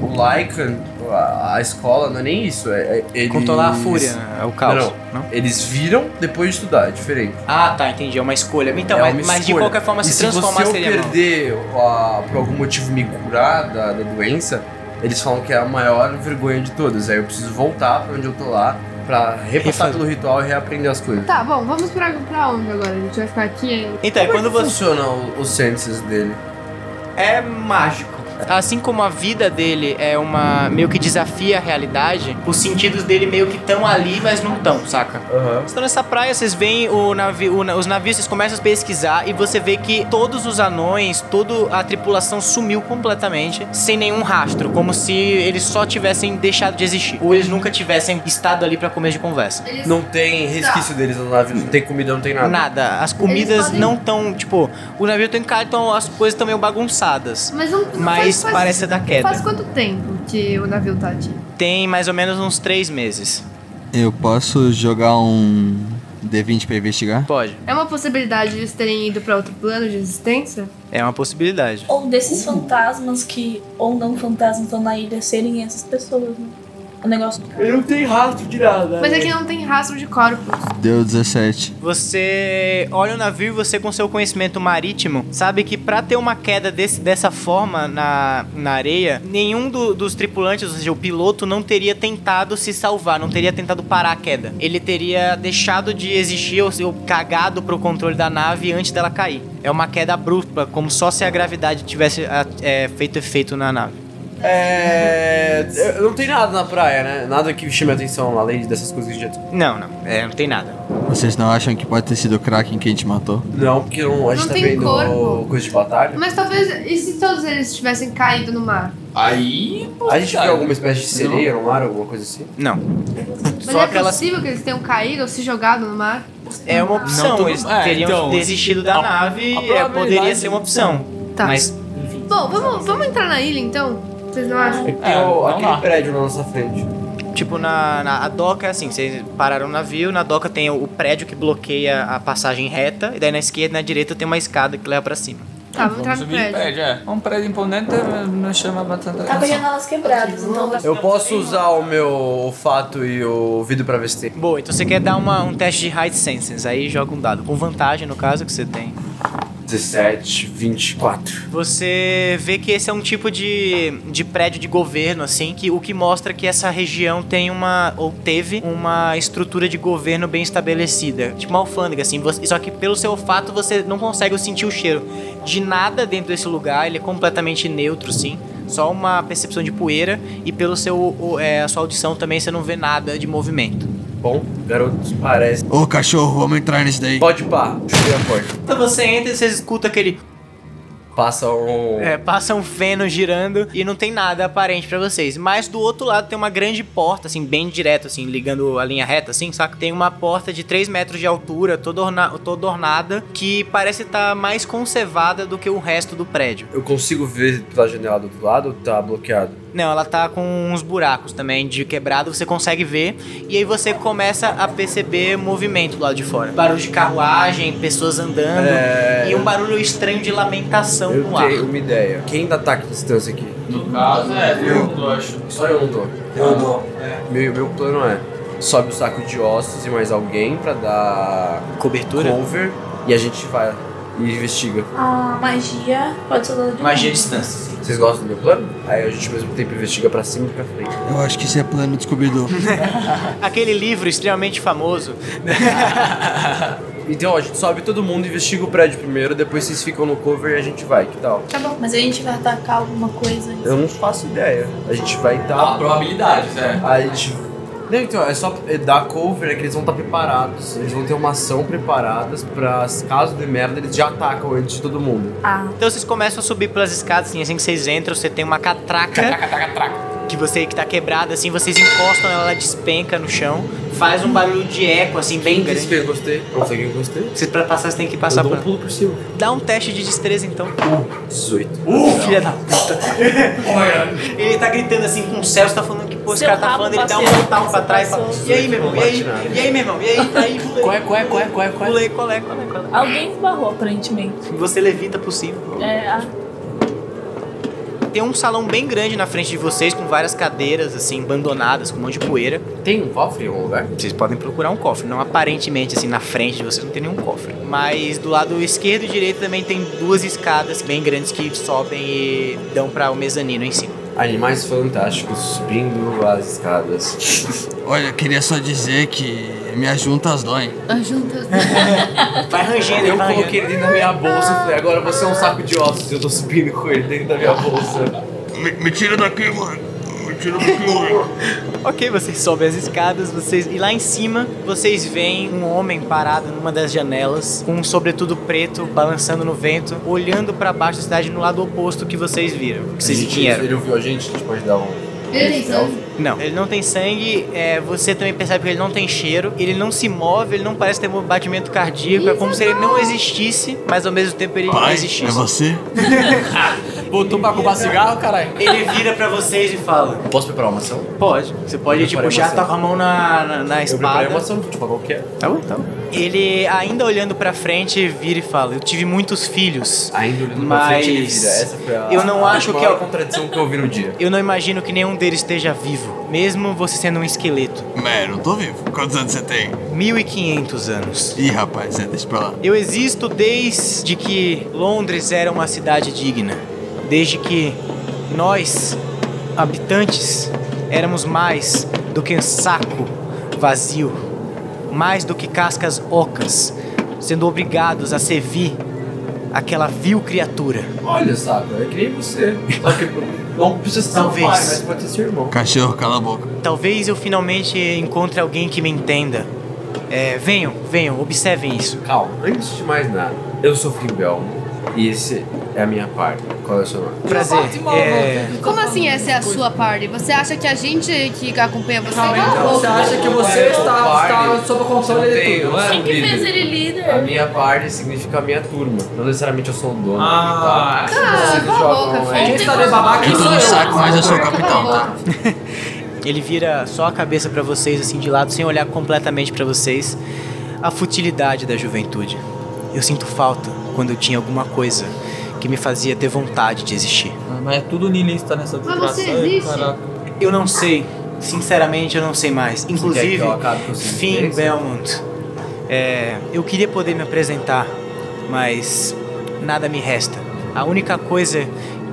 O Lycan, a, a escola, não é nem isso. É, é- eles,
Controlar a fúria, né? é o caos,
Não, Eles viram depois de estudar, é diferente.
Ah, tá, entendi, é uma escolha. Então,
É
mas,
uma
mas de
escolha.
qualquer forma
E
se,
se
transformar
você eu
seria mal.
perder a- por algum motivo me curar da, da doença, eles falam que é a maior vergonha de todas. Aí eu preciso voltar pra onde eu tô lá pra repassar
Refazer.
pelo ritual e reaprender as coisas.
Tá, bom, vamos pra, pra onde agora? A gente vai ficar aqui ainda.
Então, é
Como é
quando
que
você
funcionam os senses dele?
é mágico. Assim como a vida dele é uma meio que desafia a realidade, os sentidos dele meio que estão ali, mas não estão, saca?
Aham.
Estão nessa praia, vocês veem o navi o na- os navios, vocês começam a pesquisar e você vê que todos os anões, toda a tripulação sumiu completamente, sem nenhum rastro, como se eles só tivessem deixado de existir, ou eles nunca tivessem estado ali pra começo de conversa.
Eles
Não tem resquício deles no navio, não tem comida, não tem nada.
Nada, as comidas
podem-
não estão, tipo, o navio tá encalhado, então as coisas estão meio bagunçadas.
Mas não, não
Mas
faz, faz,
parece da queda.
Faz quanto tempo que o navio tá aqui?
Tem mais ou menos uns três meses.
Eu posso jogar um D20 pra investigar?
Pode.
É uma possibilidade de eles terem ido pra outro plano de existência?
É uma possibilidade.
Ou desses fantasmas que, ou não fantasmas, estão na ilha serem essas pessoas, né? O negócio do cara.
não tem rastro de nada.
Mas aqui não tem rastro de corpos.
Deu 17.
Você olha o navio e você, com seu conhecimento marítimo, sabe que pra ter uma queda desse, dessa forma na, na areia, nenhum do- dos tripulantes, ou seja, o piloto, não teria tentado se salvar, não teria tentado parar a queda. Ele teria deixado de existir ou, ou cagado pro controle da nave antes dela cair. É uma queda abrupta, como só se a gravidade tivesse ah, é, feito efeito na nave.
É. eu- Não tem nada na praia, né? Nada que chame a atenção, além dessas coisas que a gente já.
Não, não. É, não tem nada.
Vocês não acham que pode ter sido o Kraken quem te matou?
Não, porque não, a gente
Não
tá
tem
vendo
corpo.
coisa de batalha.
Mas talvez. E se todos eles tivessem caído no mar?
Aí.
A gente
cara,
viu alguma espécie de sereia no mar, alguma coisa assim?
Não.
Mas
Só
é
aquelas.
possível que eles tenham caído ou se jogado no mar?
É uma opção.
Não, tudo-
Eles
é,
teriam
então,
desistido da
a-
nave.
a
é,
probabilidade-
poderia ser uma opção.
Tá.
Mas
Bom, vamos, vamos entrar na ilha então? Vocês não acham?
É que
É,
tem o-
não
aquele
dá.
prédio na nossa frente.
Tipo, na, na a doca é assim, vocês pararam o navio, na doca tem o, o prédio que bloqueia a passagem reta, e daí na esquerda e na direita tem uma escada que leva pra cima.
Tá, vamos entrar no
subir
prédio.
é. Um prédio imponente eh, não chama bastante
Tá com as
atenção.
janelas quebradas, então dá
Eu posso usar o meu olfato e o vidro pra vestir.
Boa, então você quer dar uma, um teste de Hide Senses, aí joga um dado, com vantagem no caso que você tem.
17, 24.
Você vê que esse é um tipo de, de prédio de governo, assim, que o que mostra que essa região tem uma, ou teve, uma estrutura de governo bem estabelecida. Tipo uma alfândega, assim. você- só que pelo seu fato você não consegue sentir o cheiro de nada dentro desse lugar, ele é completamente neutro, sim. Só uma percepção de poeira e pelo seu o- é, a sua audição também você não vê nada de movimento.
Bom, garoto, parece.
Ô cachorro, vamos entrar nisso daí.
Pode pá, chutei a porta.
Então você entra e você escuta aquele
Passa um.
É, passa um feno girando e não tem nada aparente pra vocês. Mas do outro lado tem uma grande porta, assim, bem direto, assim, ligando a linha reta, assim, saca? Tem uma porta de 3 metros de altura, toda, orna toda ornada, que parece estar mais conservada do que o resto do prédio.
Eu consigo ver pela janela do outro lado ou tá bloqueado?
Não, ela tá com uns buracos também de quebrado, você consegue ver. E aí você começa a perceber movimento lá de fora. Barulho de carruagem, pessoas andando.
É.
E um barulho estranho de lamentação
Eu
um
no ar.
tenho uma ideia. Quem ainda tá aqui distância aqui?
No caso, é, eu não acho.
Só eu não tô. Eu não tô. Meu, meu plano é: sobe o saco de ossos e mais alguém pra dar
Cobertura?
cover e a gente vai e investiga.
A magia pode ser usada de
Magia à distância.
Vocês gostam do meu plano? Aí a gente ao mesmo tempo investiga pra cima e pra frente.
Eu acho que isso é plano descobridor.
Aquele livro extremamente famoso
Então a gente sobe todo mundo, investiga o prédio primeiro, depois vocês ficam no cover e a gente vai, que tal?
Tá bom, mas a gente vai atacar alguma coisa.
Eu não faço ideia. A gente vai e
Há
tal.
probabilidades, é.
A gente. Não, então, é só é, dar cover, é que eles vão estar preparados. Eles vão ter uma ação preparadas pra caso de merda, eles já atacam antes de todo mundo.
Ah,
Então vocês começam a subir pelas escadas, assim, assim que vocês entram, você tem uma catraca que você que tá quebrada, assim, vocês encostam ela, ela despenca no chão, faz um barulho de eco, assim, bem grande.
Disse que eu gostei. Não sei quem eu gostei.
Vocês pra passar, vocês têm que
Passar
passar
eu dou
por.
um pulo por cima.
Dá um teste de destreza então.
18.
Filha da puta.
Olha,
Ele tá gritando assim com o céu, você tá falando que pô, esse
Seu
cara tá
rabo
falando, ele dá um
bateu,
mortal pra trás e fala.
passou.
E aí, meu irmão? E aí? E aí, meu irmão? E aí? Aí,
qual é, qual é, qual é, qual é, qual é?
Pulei, qual é, qual é, qual
alguém esbarrou, aparentemente.
é? Você levita por cima.
É, a...
Tem um salão bem grande na frente de vocês, com várias cadeiras, assim, abandonadas, com um monte de poeira.
Tem um cofre em algum lugar?
Vocês podem procurar um cofre, não aparentemente assim na frente de vocês não tem nenhum cofre. Mas do lado esquerdo e direito também tem duas escadas bem grandes que sobem e dão pra o mezanino em cima.
Animais fantásticos subindo as escadas.
Olha, eu queria só dizer que minha juntas doem.
Juntas.
Vai rangendo,
Eu
ele vai
coloquei ele dentro da minha bolsa e falei, agora você é um saco de ossos, eu tô subindo com ele dentro da minha bolsa.
Me, me tira daqui, mano. Me tira daqui, mano.
rangendo. Ok, vocês sobem as escadas, vocês e lá em cima vocês veem um homem parado numa das janelas, com um sobretudo preto balançando no vento, olhando pra baixo da cidade no lado oposto que vocês viram, que vocês vieram.
Ele ouviu a gente, a gente pode dar um.
Ele tem sangue.
Não, ele não tem sangue, é, você também percebe que ele não tem cheiro, ele não se move, ele não parece ter um batimento cardíaco, é como se ele não existisse, mas ao mesmo tempo ele
Pai, é
existisse.
você?
Voltou pra comprar cigarro, caralho?
Ele vira pra vocês e fala:
Posso preparar uma ação?
Pode, você pode
Eu
te
preparei
puxar,
uma
tá com a mão na, na, na
Eu preparei
espada.
uma ação, tipo, qualquer.
Tá bom, tá bom. Ele, ainda olhando pra frente, vira e fala: Eu tive muitos filhos.
Ainda olhando
Mas-
pra frente, ele vira. Essa foi a,
Eu
Ah,
não
a
acho que
maior
é o-
contradição que eu ouvi no dia.
Eu não imagino que nenhum deles esteja vivo, mesmo você sendo um esqueleto.
Mano, eu tô vivo. Quantos anos você tem?
1500 anos.
Ih, rapaz, é, deixa pra lá.
Eu existo desde que Londres era uma cidade digna. Desde que nós, habitantes, éramos mais do que um saco vazio, mais do que cascas ocas, sendo obrigados a servir aquela vil criatura.
Olha, Saga, é que nem você. Só que não precisa ser seu pai,
Talvez.
mas pode ser seu irmão.
Cachorro, cala a boca.
Talvez eu finalmente encontre alguém que me entenda. É, venham, venham, observem isso.
Calma, antes de mais nada, eu sou Finn Belmont e esse é a minha parte. Qual é o seu nome?
Prazer. É,
Como assim essa é a sua party? Você acha que a gente que acompanha você
Calma,
é
então.
maluco?
Você acha que você
Eu
está,
party.
está sob o controle de
é
tudo?
é
Ah,
Quem que fez ele líder?
A minha parte significa a minha turma. Não necessariamente eu sou o dono. tá?
Ah,
Ah, cala a boca,
é.
quem
filho.
está de babaca
Eu tô
sou
no
eu.
saco, mas eu sou o capitão,
Cala a
tá?
boca.
Ele vira só a cabeça pra vocês, assim, de lado, sem olhar completamente pra vocês. A futilidade da juventude. Eu sinto falta quando eu tinha alguma coisa que me fazia ter vontade de existir.
Ah, Mas é tudo niilista nessa
Mas você
desgraça. Ai,
existe?
caraca.
Eu não sei, sinceramente, eu não sei mais.
Quer que
Inclusive,
eu acabe com esse
Finn
interesse?
Belmont. é, eu queria poder me apresentar, mas nada me resta. A única coisa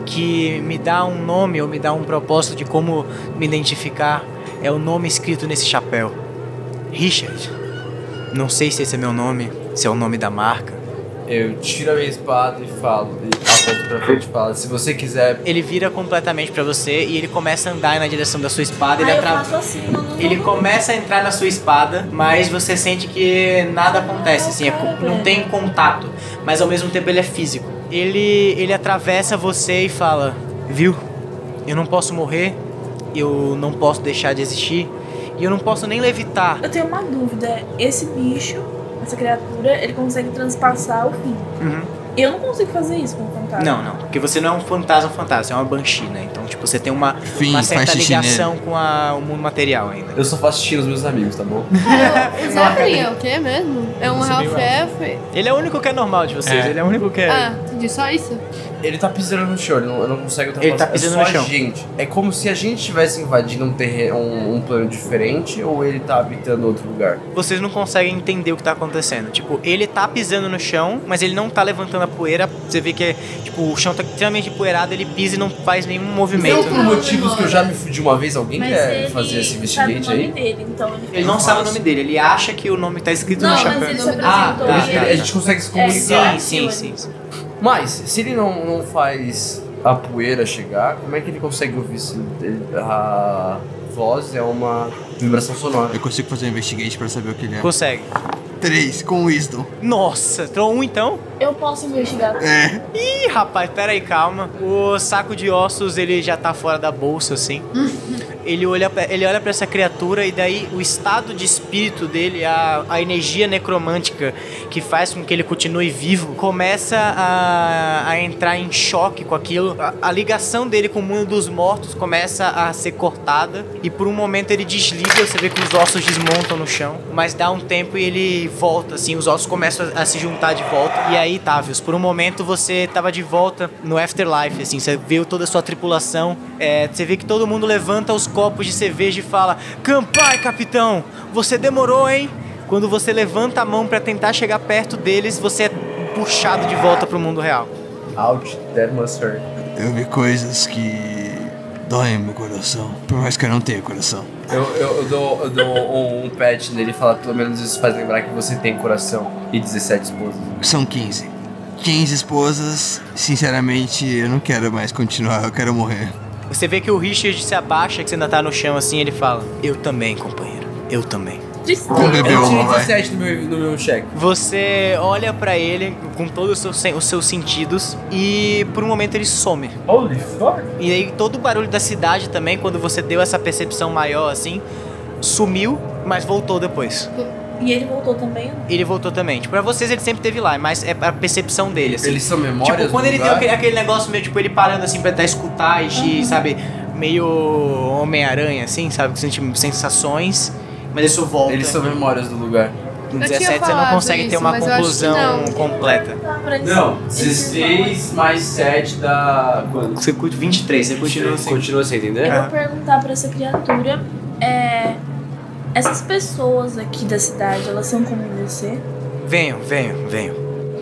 que me dá um nome ou me dá um propósito de como me identificar é o nome escrito nesse chapéu. Richard. Não sei se esse é meu nome, se é o nome da marca.
Eu tiro a minha espada e falo, e aponto pra frente e falo, se você quiser.
Ele vira completamente pra você e ele começa a andar na direção da sua espada. Ele
Aí eu
atra-
faço assim, não, não,
Ele
não.
começa a entrar na sua espada, mas você sente que nada acontece, assim, é co- não tem contato, mas ao mesmo tempo ele é físico. Ele, ele atravessa você e fala: Viu, eu não posso morrer, eu não posso deixar de existir, e eu não posso nem levitar.
Eu tenho uma dúvida. Esse bicho, essa criatura, ele consegue transpassar o fim.
Uhum.
Eu não consigo fazer isso com o fantasma.
Não, não, porque você não é um fantasma, fantasma, você é uma banshee, né? Então, tipo, você tem uma,
Fim,
uma
faz
certa
xixi nele.
ligação com a- o mundo material ainda.
Eu só faço xixi nos meus amigos, tá bom?
O Zeppelin é o quê mesmo? É um half elf
Ele é o único que é normal de vocês,
É.
ele é o único que é.
Ah, entendi, só isso?
Ele tá pisando no chão, ele não, ele não consegue ultrapassar.
Ele tá pisando
é só
no chão.
A gente. É como se a gente tivesse invadido um terreno, um, um plano diferente, ou ele tá habitando outro lugar.
vocês não conseguem entender o que tá acontecendo. Tipo, ele tá pisando no chão, mas ele não tá levantando a poeira. Você vê que é, tipo, o chão tá extremamente poeirado, ele pisa e não faz nenhum
Eu,
movimento.
por motivos que eu já me fudi uma vez, alguém
Mas
quer
ele tá
fazer esse
sabe o
investigate
nome
aí?
dele, então ele
Ele não sabe o nome dele, ele acha que o nome tá escrito
Não,
no
mas
chapéu.
ele se apresentou.
Ah, tá,
ele-
tá,
A gente consegue se
É,
comunicar.
Sim, sim, sim, sim.
Mas, se ele não, não faz a poeira chegar, como é que ele consegue ouvir se ele- a voz é uma vibração sonora?
Eu consigo fazer um investigate pra saber o que ele é.
Consegue.
Três, com wisdom.
Nossa, tirou um então?
Eu posso investigar.
É.
Ih, rapaz, pera aí, calma. O saco de ossos, ele já tá fora da bolsa, assim. ele olha, pra- ele olha para essa criatura e daí o estado de espírito dele, a, a energia necromântica que faz com que ele continue vivo, começa a, a entrar em choque com aquilo. A, a ligação dele com o mundo dos mortos começa a ser cortada e por um momento ele desliga, você vê que os ossos desmontam no chão, mas dá um tempo e ele volta, assim, os ossos começam a, a se juntar de volta. E aí, Tavius, por um momento você tava de volta no Afterlife, assim, você viu toda a sua tripulação, é, você vê que todo mundo levanta os copos de cerveja e fala: Campai, capitão! Você demorou, hein? Quando você levanta a mão pra tentar chegar perto deles, você é puxado de volta pro mundo real.
Out, that must hurt.
Eu vi coisas que doem meu coração. Por mais que eu não tenha coração.
Eu, eu, eu dou, eu dou um, um pet nele e falo, pelo menos isso faz lembrar que você tem coração e 17 esposas.
São 15. 15 esposas. Sinceramente, eu não quero mais continuar. Eu quero morrer.
Você vê que o Richard se abaixa, que você ainda tá no chão assim, ele fala: Eu também, companheiro. Eu também.
Vamos
Tristeza.
beber
Eu tirei
uma, vai.
17 no meu, no meu cheque.
Você olha pra ele com todos os seus, sen- os seus sentidos e por um momento ele some.
Holy fuck.
E aí todo o barulho da cidade também, quando você deu essa percepção maior assim, sumiu, mas voltou depois.
E ele voltou também?
Ele voltou também. Tipo, pra vocês ele sempre teve lá, mas é a percepção dele, assim.
Eles são memórias
tipo, quando
do
ele deu
lugar?
aquele, aquele negócio meio, tipo, ele parando assim pra tentar escutar e,
Uhum.
e, sabe, meio Homem-Aranha, assim, sabe? Que sente sensações, mas isso volta.
Eles são memórias do lugar.
Com
Eu tinha
17 você não
falado
consegue ter
isso,
uma
mas eu acho que
conclusão
não.
completa.
Tá, pra ele-
Não, 16 mais 7 dá quanto?
Você curte 23, você continua assim.
Continua sem entender?
Eu vou perguntar pra essa criatura, é, essas pessoas aqui da cidade, elas são como você?
assim. Venham, venham, venham.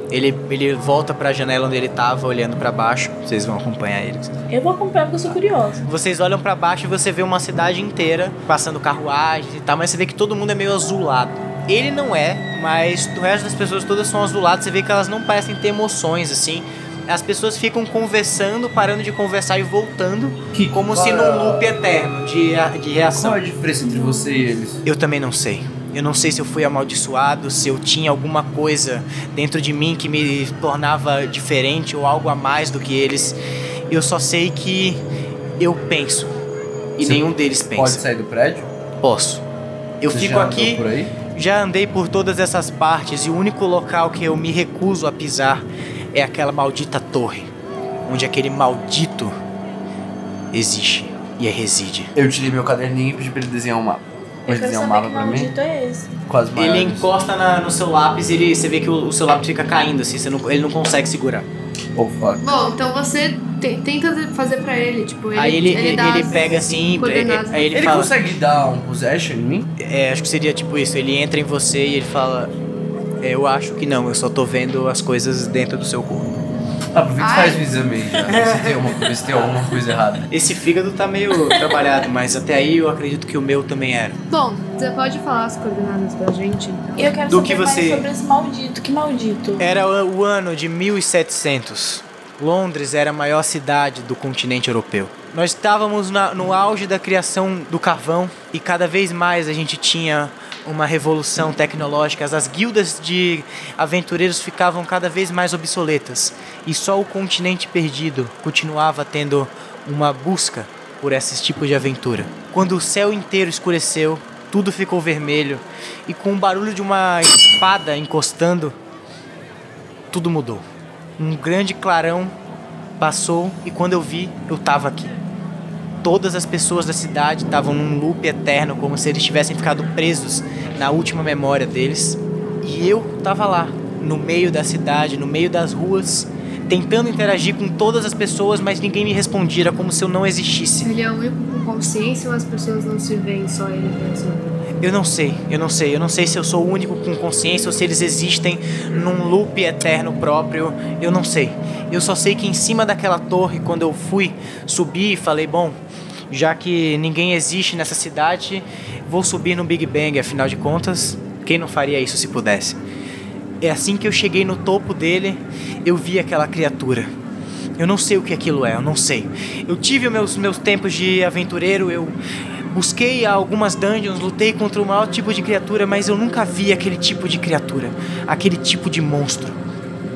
Ele, ele volta pra janela onde ele tava, olhando pra baixo. Vocês vão acompanhar ele.
Eu vou acompanhar porque eu sou curiosa.
Vocês olham pra baixo e você vê uma cidade inteira passando carruagens e tal, mas você vê que todo mundo é meio azulado. Ele não é, mas o resto das pessoas todas são azuladas. Você vê que elas não parecem ter emoções, assim. As pessoas ficam conversando, parando de conversar e voltando,
Que-
como se num loop eterno de, de reação.
Qual é a diferença entre você e eles?
Eu também não sei. Eu não sei se eu fui amaldiçoado, se eu tinha alguma coisa dentro de mim que me tornava diferente ou algo a mais do que eles. Eu só sei que eu penso. E
Você
nenhum deles
Pode
pensa.
sair do prédio?
Posso. Eu
Você
fico
já andou
aqui,
Por aí?
já andei por todas essas partes e o único local que eu me recuso a pisar é aquela maldita torre. Onde aquele maldito existe e é reside.
Eu tirei meu caderninho e pedi pra ele desenhar um mapa.
Eu
Pode
quero
desenhar um
saber que
mapa pra mim?
maldito é esse.
Quase
Ele encosta na- no seu lápis e ele, você vê que o, o seu lápis fica caindo, assim, você não- ele não consegue segurar.
Oh, fuck.
Bom, então você te- tenta fazer pra ele, tipo, ele,
aí ele, ele,
dá
ele
as
pega assim, e- e-
coordenadas.
aí ele,
Ele
fala.
consegue dar um possession em mim?
É, acho que seria tipo isso, ele entra em você e ele fala. "É, Eu acho que não, eu só tô vendo as coisas dentro do seu corpo.
Aproveita e
Ai.
Tá, faz o exame aí, já. Vê se tem alguma coisa- se tem alguma coisa errada.
Esse fígado tá meio trabalhado, mas até aí eu acredito que o meu também era.
Bom, você pode falar as coordenadas pra gente? então?
E eu quero
Do
saber
que você- É.
mais sobre esse maldito. Que maldito?
Era o o ano de 1700. Londres era a maior cidade do continente europeu. Nós estávamos na- no auge da criação do carvão e cada vez mais a gente tinha uma revolução tecnológica. As, as guildas de aventureiros ficavam cada vez mais obsoletas e só o continente perdido continuava tendo uma busca por esses tipos de aventura. Quando o céu inteiro escureceu, tudo ficou vermelho e com o barulho de uma espada encostando, tudo mudou. Um grande clarão passou e quando eu vi, eu tava aqui. Todas as pessoas da cidade estavam num loop eterno, como se eles tivessem ficado presos na última memória deles. E eu tava lá, no meio da cidade, no meio das ruas, tentando interagir com todas as pessoas, mas ninguém me respondia, era como se eu não existisse.
Ele é o único com consciência ou as pessoas não se veem, só ele pensa?
Eu não sei, eu não sei, eu não sei se eu sou o único com consciência ou se eles existem num loop eterno próprio, eu não sei. Eu só sei que em cima daquela torre, quando eu fui subir e falei, bom, já que ninguém existe nessa cidade, vou subir no Big Bang, afinal de contas, quem não faria isso se pudesse? É assim que eu cheguei no topo dele, eu vi aquela criatura. Eu não sei o que aquilo é, eu não sei. Eu tive meus, meus tempos de aventureiro, eu busquei algumas dungeons, lutei contra o maior tipo de criatura, mas eu nunca vi aquele tipo de criatura, aquele tipo de monstro.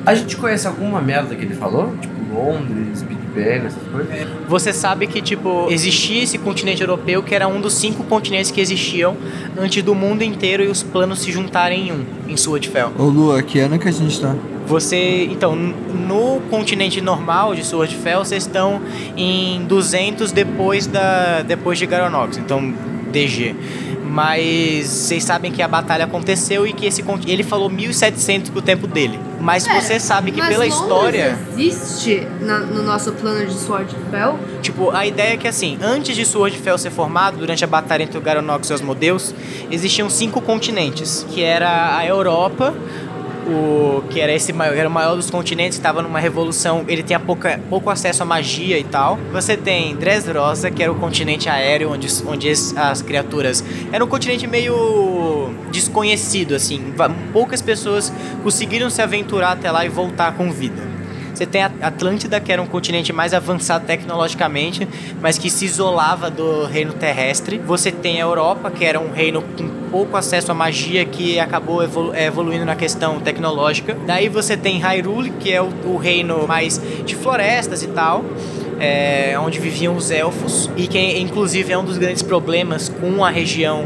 A gente conhece alguma merda que ele falou? Tipo Londres, Big Bang, essas coisas?
Você sabe que, tipo, existia esse continente europeu que era um dos cinco continentes que existiam antes do mundo inteiro e os planos se juntarem em um, em Swordfell.
Ô Lua, que ano que a gente tá?
Você, então, n- no continente normal de Swordfell, vocês estão em 200 depois, da, depois de Garonox, então DG. Mas vocês sabem que a batalha aconteceu e que esse conti- ele falou 1700 pro tempo dele. Mas
Pera,
você sabe É que
Mas
pela
Londres é
história,
existe na- no nosso plano de Swordfell?
tipo, a ideia é que assim, antes de Swordfell ser formado, durante a batalha entre o Garonox e os Modeus, existiam cinco continentes, que era a Europa, o que era esse maior, era o maior dos continentes, estava numa revolução, ele tinha pouca, pouco acesso à magia e tal. Você tem Dressrosa, que era o continente aéreo onde, os- onde es- as criaturas era um continente meio desconhecido assim, Va- poucas pessoas conseguiram se aventurar até lá e voltar com vida. Você tem a Atlântida, que era um continente mais avançado tecnologicamente, mas que se isolava do reino terrestre. Você tem a Europa, que era um reino com pouco acesso à magia, que acabou evolu- eh, evoluindo na questão tecnológica. Daí você tem Hyrule, que é o, o reino mais de florestas e tal. eh, onde viviam os elfos e que inclusive é um dos grandes problemas com a região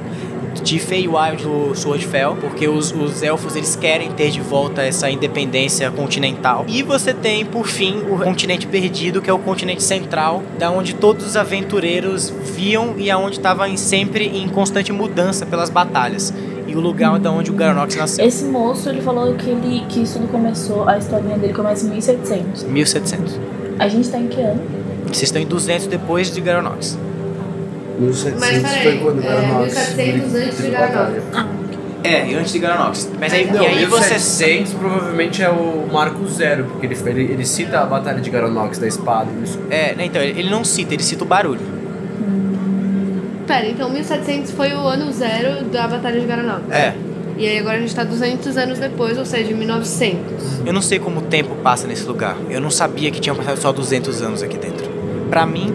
de Feywild do Swordfell, porque os, os elfos eles querem ter de volta essa independência continental. E você tem, por fim, o continente perdido, que é o continente central, da onde todos os aventureiros viam e aonde estavam sempre em constante mudança pelas batalhas. E o lugar da onde o Garanox nasceu.
Esse moço, ele falou que, ele, que isso tudo começou, a historinha dele começa em 1700.
1700.
A gente tá em que ano?
Vocês estão em 200 depois de Garanox.
Mas peraí, é, 1700 antes de Garonox.
É, e antes de Garanox. Mas aí,
Não,
e aí você
1700 provavelmente é o marco zero, porque ele, ele, ele cita a batalha de Garonox da espada. Isso.
É, né, então, ele ele não cita, ele cita o barulho.
Pera, então 1700 foi o ano zero da Batalha de Garonox.
É.
E aí agora a gente tá 200 anos depois, ou seja, em 1900.
Eu não sei como o tempo passa nesse lugar. Eu não sabia que tinha passado só 200 anos aqui dentro. Pra mim,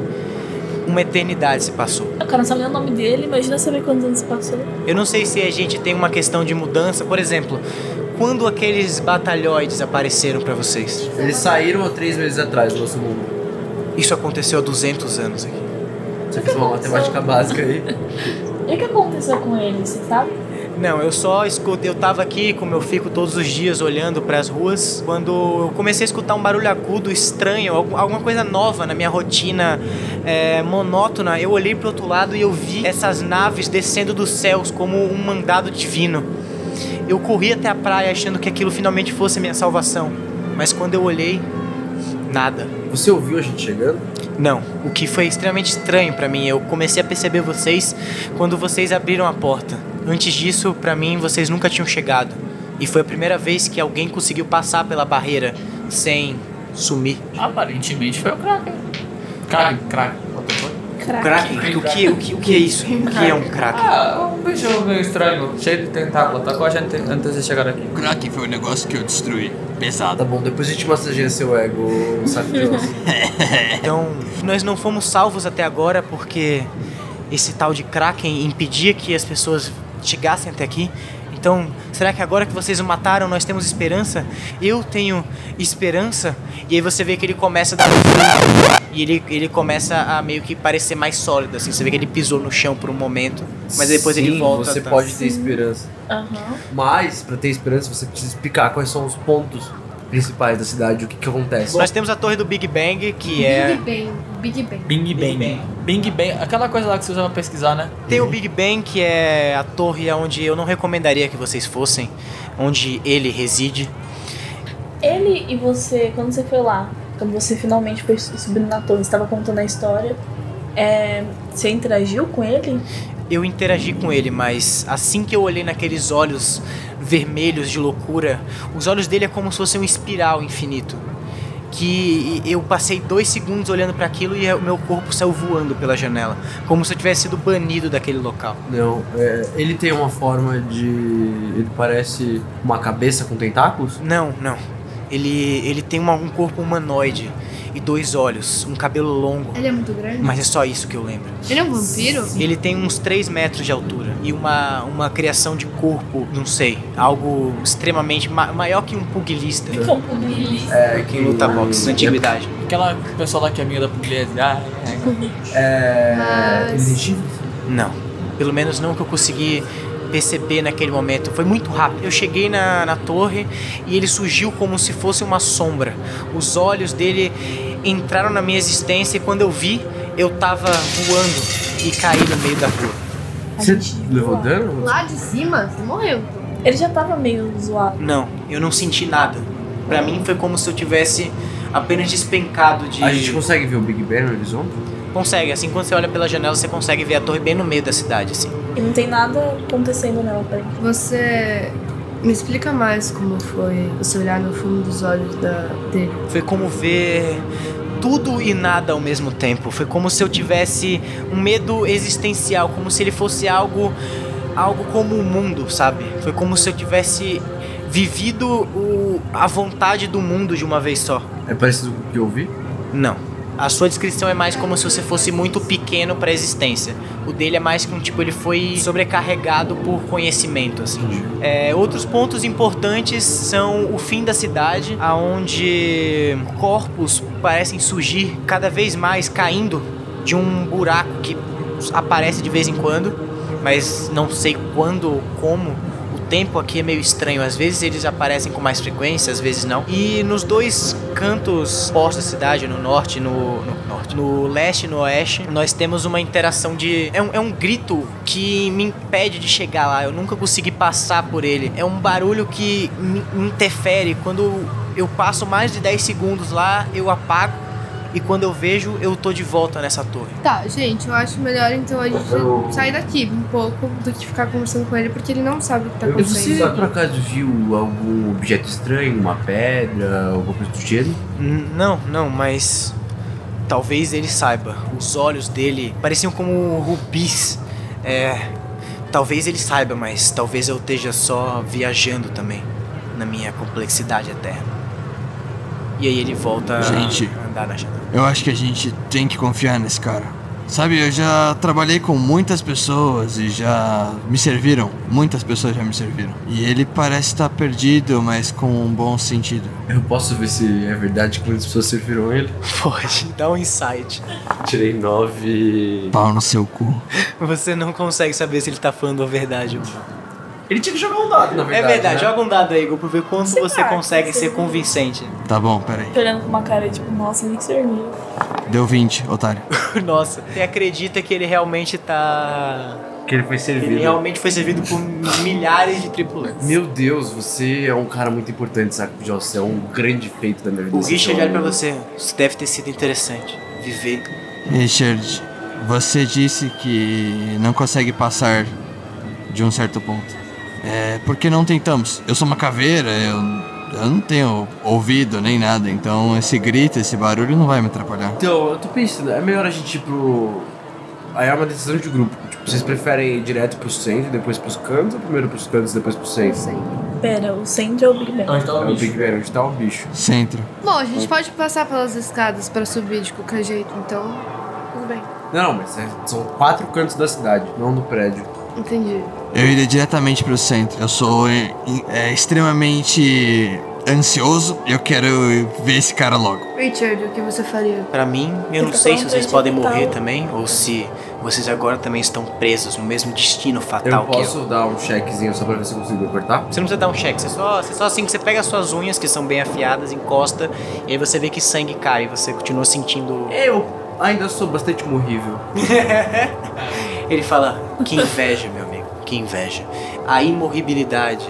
uma eternidade se passou.
Eu quero saber o nome dele, imagina saber quantos anos passou.
Eu não sei se a gente tem uma questão de mudança. Por exemplo, quando aqueles batalhóides apareceram pra vocês?
Eles saíram há três meses atrás do nosso mundo.
Isso aconteceu há 200 anos aqui.
Você fez uma matemática básica aí.
E o que aconteceu com ele, você sabe?
Não, eu só escutei. Eu tava aqui, como eu fico todos os dias olhando pras ruas, quando eu comecei a escutar um barulho agudo, estranho, algu- alguma coisa nova na minha rotina é, monótona. Eu olhei pro outro lado e eu vi essas naves descendo dos céus como um mandado divino. Eu corri até a praia achando que aquilo finalmente fosse a minha salvação, mas quando eu olhei, nada.
Você ouviu a gente chegando?
Não, o que foi extremamente estranho pra mim. Eu comecei a perceber vocês quando vocês abriram a porta. Antes disso, pra mim, vocês nunca tinham chegado. E foi a primeira vez que alguém conseguiu passar pela barreira sem sumir.
Aparentemente foi o Kraken. Kraken, Kraken. what the fuck?
Kraken? O que, o que, o que é isso? O que é um Kraken?
Ah, um bicho meio estranho, cheio de tentáculo. Atacou a gente antes de chegar aqui.
O Kraken foi um negócio que eu destruí.
Ah, tá
Pesado.
bom, depois a gente massageia seu ego, saco de osso.
Então, nós não fomos salvos até agora porque esse tal de Kraken impedia que as pessoas chegassem até aqui. Então, será que agora que vocês o mataram, nós temos esperança? Eu tenho esperança? E aí você vê que ele começa a dar. um- E ele, ele começa a meio que parecer mais sólido, assim. Você vê que ele pisou no chão por um momento, mas depois
Sim,
ele volta.
Você
tá?
pode ter esperança.
Aham.
Mas, pra ter esperança, você precisa explicar quais são os pontos principais da cidade, o que que acontece.
Nós temos a torre do Big Bang, que é.
Big Bang. Big Bang.
Bing
Bang.
Bang. Bing Bang, aquela coisa lá que você usa pra pesquisar, né?
Tem o Big Bang, que é a torre onde eu não recomendaria que vocês fossem, onde ele reside.
Ele e você, quando você foi lá, quando você finalmente foi subindo na torre, você tava contando a história, é, você interagiu com ele?
Eu interagi com ele, mas assim que eu olhei naqueles olhos vermelhos de loucura, os olhos dele é como se fosse um espiral infinito. Que eu passei dois segundos olhando para aquilo e o meu corpo saiu voando pela janela, como se eu tivesse sido banido daquele local.
Não, é, ele tem uma forma de. Ele parece uma cabeça com tentáculos?
Não, não. Ele, ele tem uma- um corpo humanoide e dois olhos, um cabelo longo,
Ele é muito grande.
mas é só isso que eu lembro.
Ele é um vampiro?
Ele tem uns 3 metros de altura e uma, uma criação de corpo, não sei, algo extremamente ma- maior que um pugilista.
Que é um pugilista.
É,
Quem luta boxe, um na antiguidade.
Aquela pessoa lá que é amiga da Pugliese. Ah, é.
É.
Mas-
inteligível?
Não. Pelo menos não que eu consegui perceber naquele momento. Foi muito rápido. Eu cheguei na, na torre e ele surgiu como se fosse uma sombra. Os olhos dele entraram na minha existência e quando eu vi, eu tava voando e caí no meio da rua.
A
Você
gente viu
levou
lá.
dano?
Lá de cima, você morreu.
Ele já tava meio zoado.
Não, eu não senti nada. Pra mim foi como se eu tivesse apenas despencado de.
A gente consegue ver o Big Ben no horizonte?
Consegue, assim quando você olha pela janela, você consegue ver a torre bem no meio da cidade, assim.
E não tem nada acontecendo nela pra ele.
Você me explica mais como foi você olhar no fundo dos olhos da, dele.
Foi como ver tudo e nada ao mesmo tempo. Foi como se eu tivesse um medo existencial, como se ele fosse algo algo como o mundo, sabe? Foi como se eu tivesse vivido o, a vontade do mundo de uma vez só.
É parecido com o que eu vi?
Não. A sua descrição é mais como se você fosse muito pequeno pra existência. O dele é mais que um tipo, ele foi sobrecarregado por conhecimento, assim. É, outros pontos importantes são o fim da cidade, aonde corpos parecem surgir cada vez mais, caindo de um buraco que aparece de vez em quando, mas não sei quando ou como. O tempo aqui é meio estranho, às vezes eles aparecem com mais frequência, às vezes não. E nos dois cantos postos da cidade, no norte e no, no norte, no leste e no oeste, nós temos uma interação de. É um, é um grito que me impede de chegar lá, eu nunca consegui passar por ele. É um barulho que me me interfere. Quando eu passo mais de 10 segundos lá, eu apago, e quando eu vejo, eu tô de volta nessa torre.
Tá, gente, eu acho melhor então a gente sair daqui um pouco do que ficar conversando com ele, porque ele não sabe o que tá
Eu Você
acontecendo.
por acaso viu algum objeto estranho, uma pedra, alguma coisa do gênero?
N- Não, não, mas talvez ele saiba. Os olhos dele pareciam como rubis. É, Talvez ele saiba, mas talvez eu esteja só viajando também, na minha complexidade eterna. E aí ele volta a-
Gente.
a andar na janela.
Eu acho que a gente tem que confiar nesse cara. Sabe, eu já trabalhei com muitas pessoas e já me serviram. Muitas pessoas já me serviram. E ele parece estar perdido, mas com um bom sentido.
Eu posso ver se é verdade que muitas pessoas serviram ele?
Pode, dá um insight.
Tirei nove.
Pau no seu cu.
Você não consegue saber se ele tá falando a verdade ou não.
Ele tinha que jogar um dado, na
É
verdade.
verdade,
né?
joga um dado aí, Igor, pra ver quanto você
que
consegue
você
ser
não-
convincente.
Tá bom, peraí.
Tô olhando com uma cara tipo, nossa, nem que serviu.
Deu 20, otário.
Nossa, você acredita que ele realmente tá.
Que ele foi
Ele é um
servido.
realmente foi servido por milhares de tripulantes.
Meu Deus, você é um cara muito importante, saco de ossos. É um grande feito da minha vida.
O
Esse
Richard
homem.
olha pra você. Isso deve ter sido interessante. Viver.
Richard, você disse que não consegue passar de um certo ponto. É, por que não tentamos? Eu sou uma caveira, eu, eu não tenho ouvido nem nada, então esse grito, esse barulho não vai me atrapalhar.
Então, eu tô pensando, é melhor a gente ir pro. Aí é uma decisão de grupo. Tipo, vocês preferem ir direto pro centro, depois pros cantos, ou primeiro pros cantos, depois pro centro?
Sim.
Pera, o centro é o Big Bang.
Onde tá
É
o
o
bicho?
Big Ben, onde tá o bicho.
Centro.
Bom, a gente pode passar pelas escadas pra subir de qualquer jeito, então. Tudo bem.
Não, mas é- são quatro cantos da cidade, não no prédio.
Entendi.
Eu iria diretamente pro centro. Eu sou é, é, extremamente ansioso. Eu quero ver esse cara logo.
Richard, o que você faria?
Pra mim, eu não
Fica
sei
bom
se
pra
vocês
gente
podem
tentar.
morrer também ou se vocês agora também estão presos no mesmo destino
Eu
fatal que eu.
posso dar um chequezinho só pra ver se eu consigo cortar?
Você não precisa dar um cheque, você só, você só assim que você pega as suas unhas que são bem afiadas, encosta, e aí você vê que sangue cai, e você continua sentindo.
Eu ainda sou bastante morrível.
Ele fala: Que inveja, meu amigo, que inveja. A imorribilidade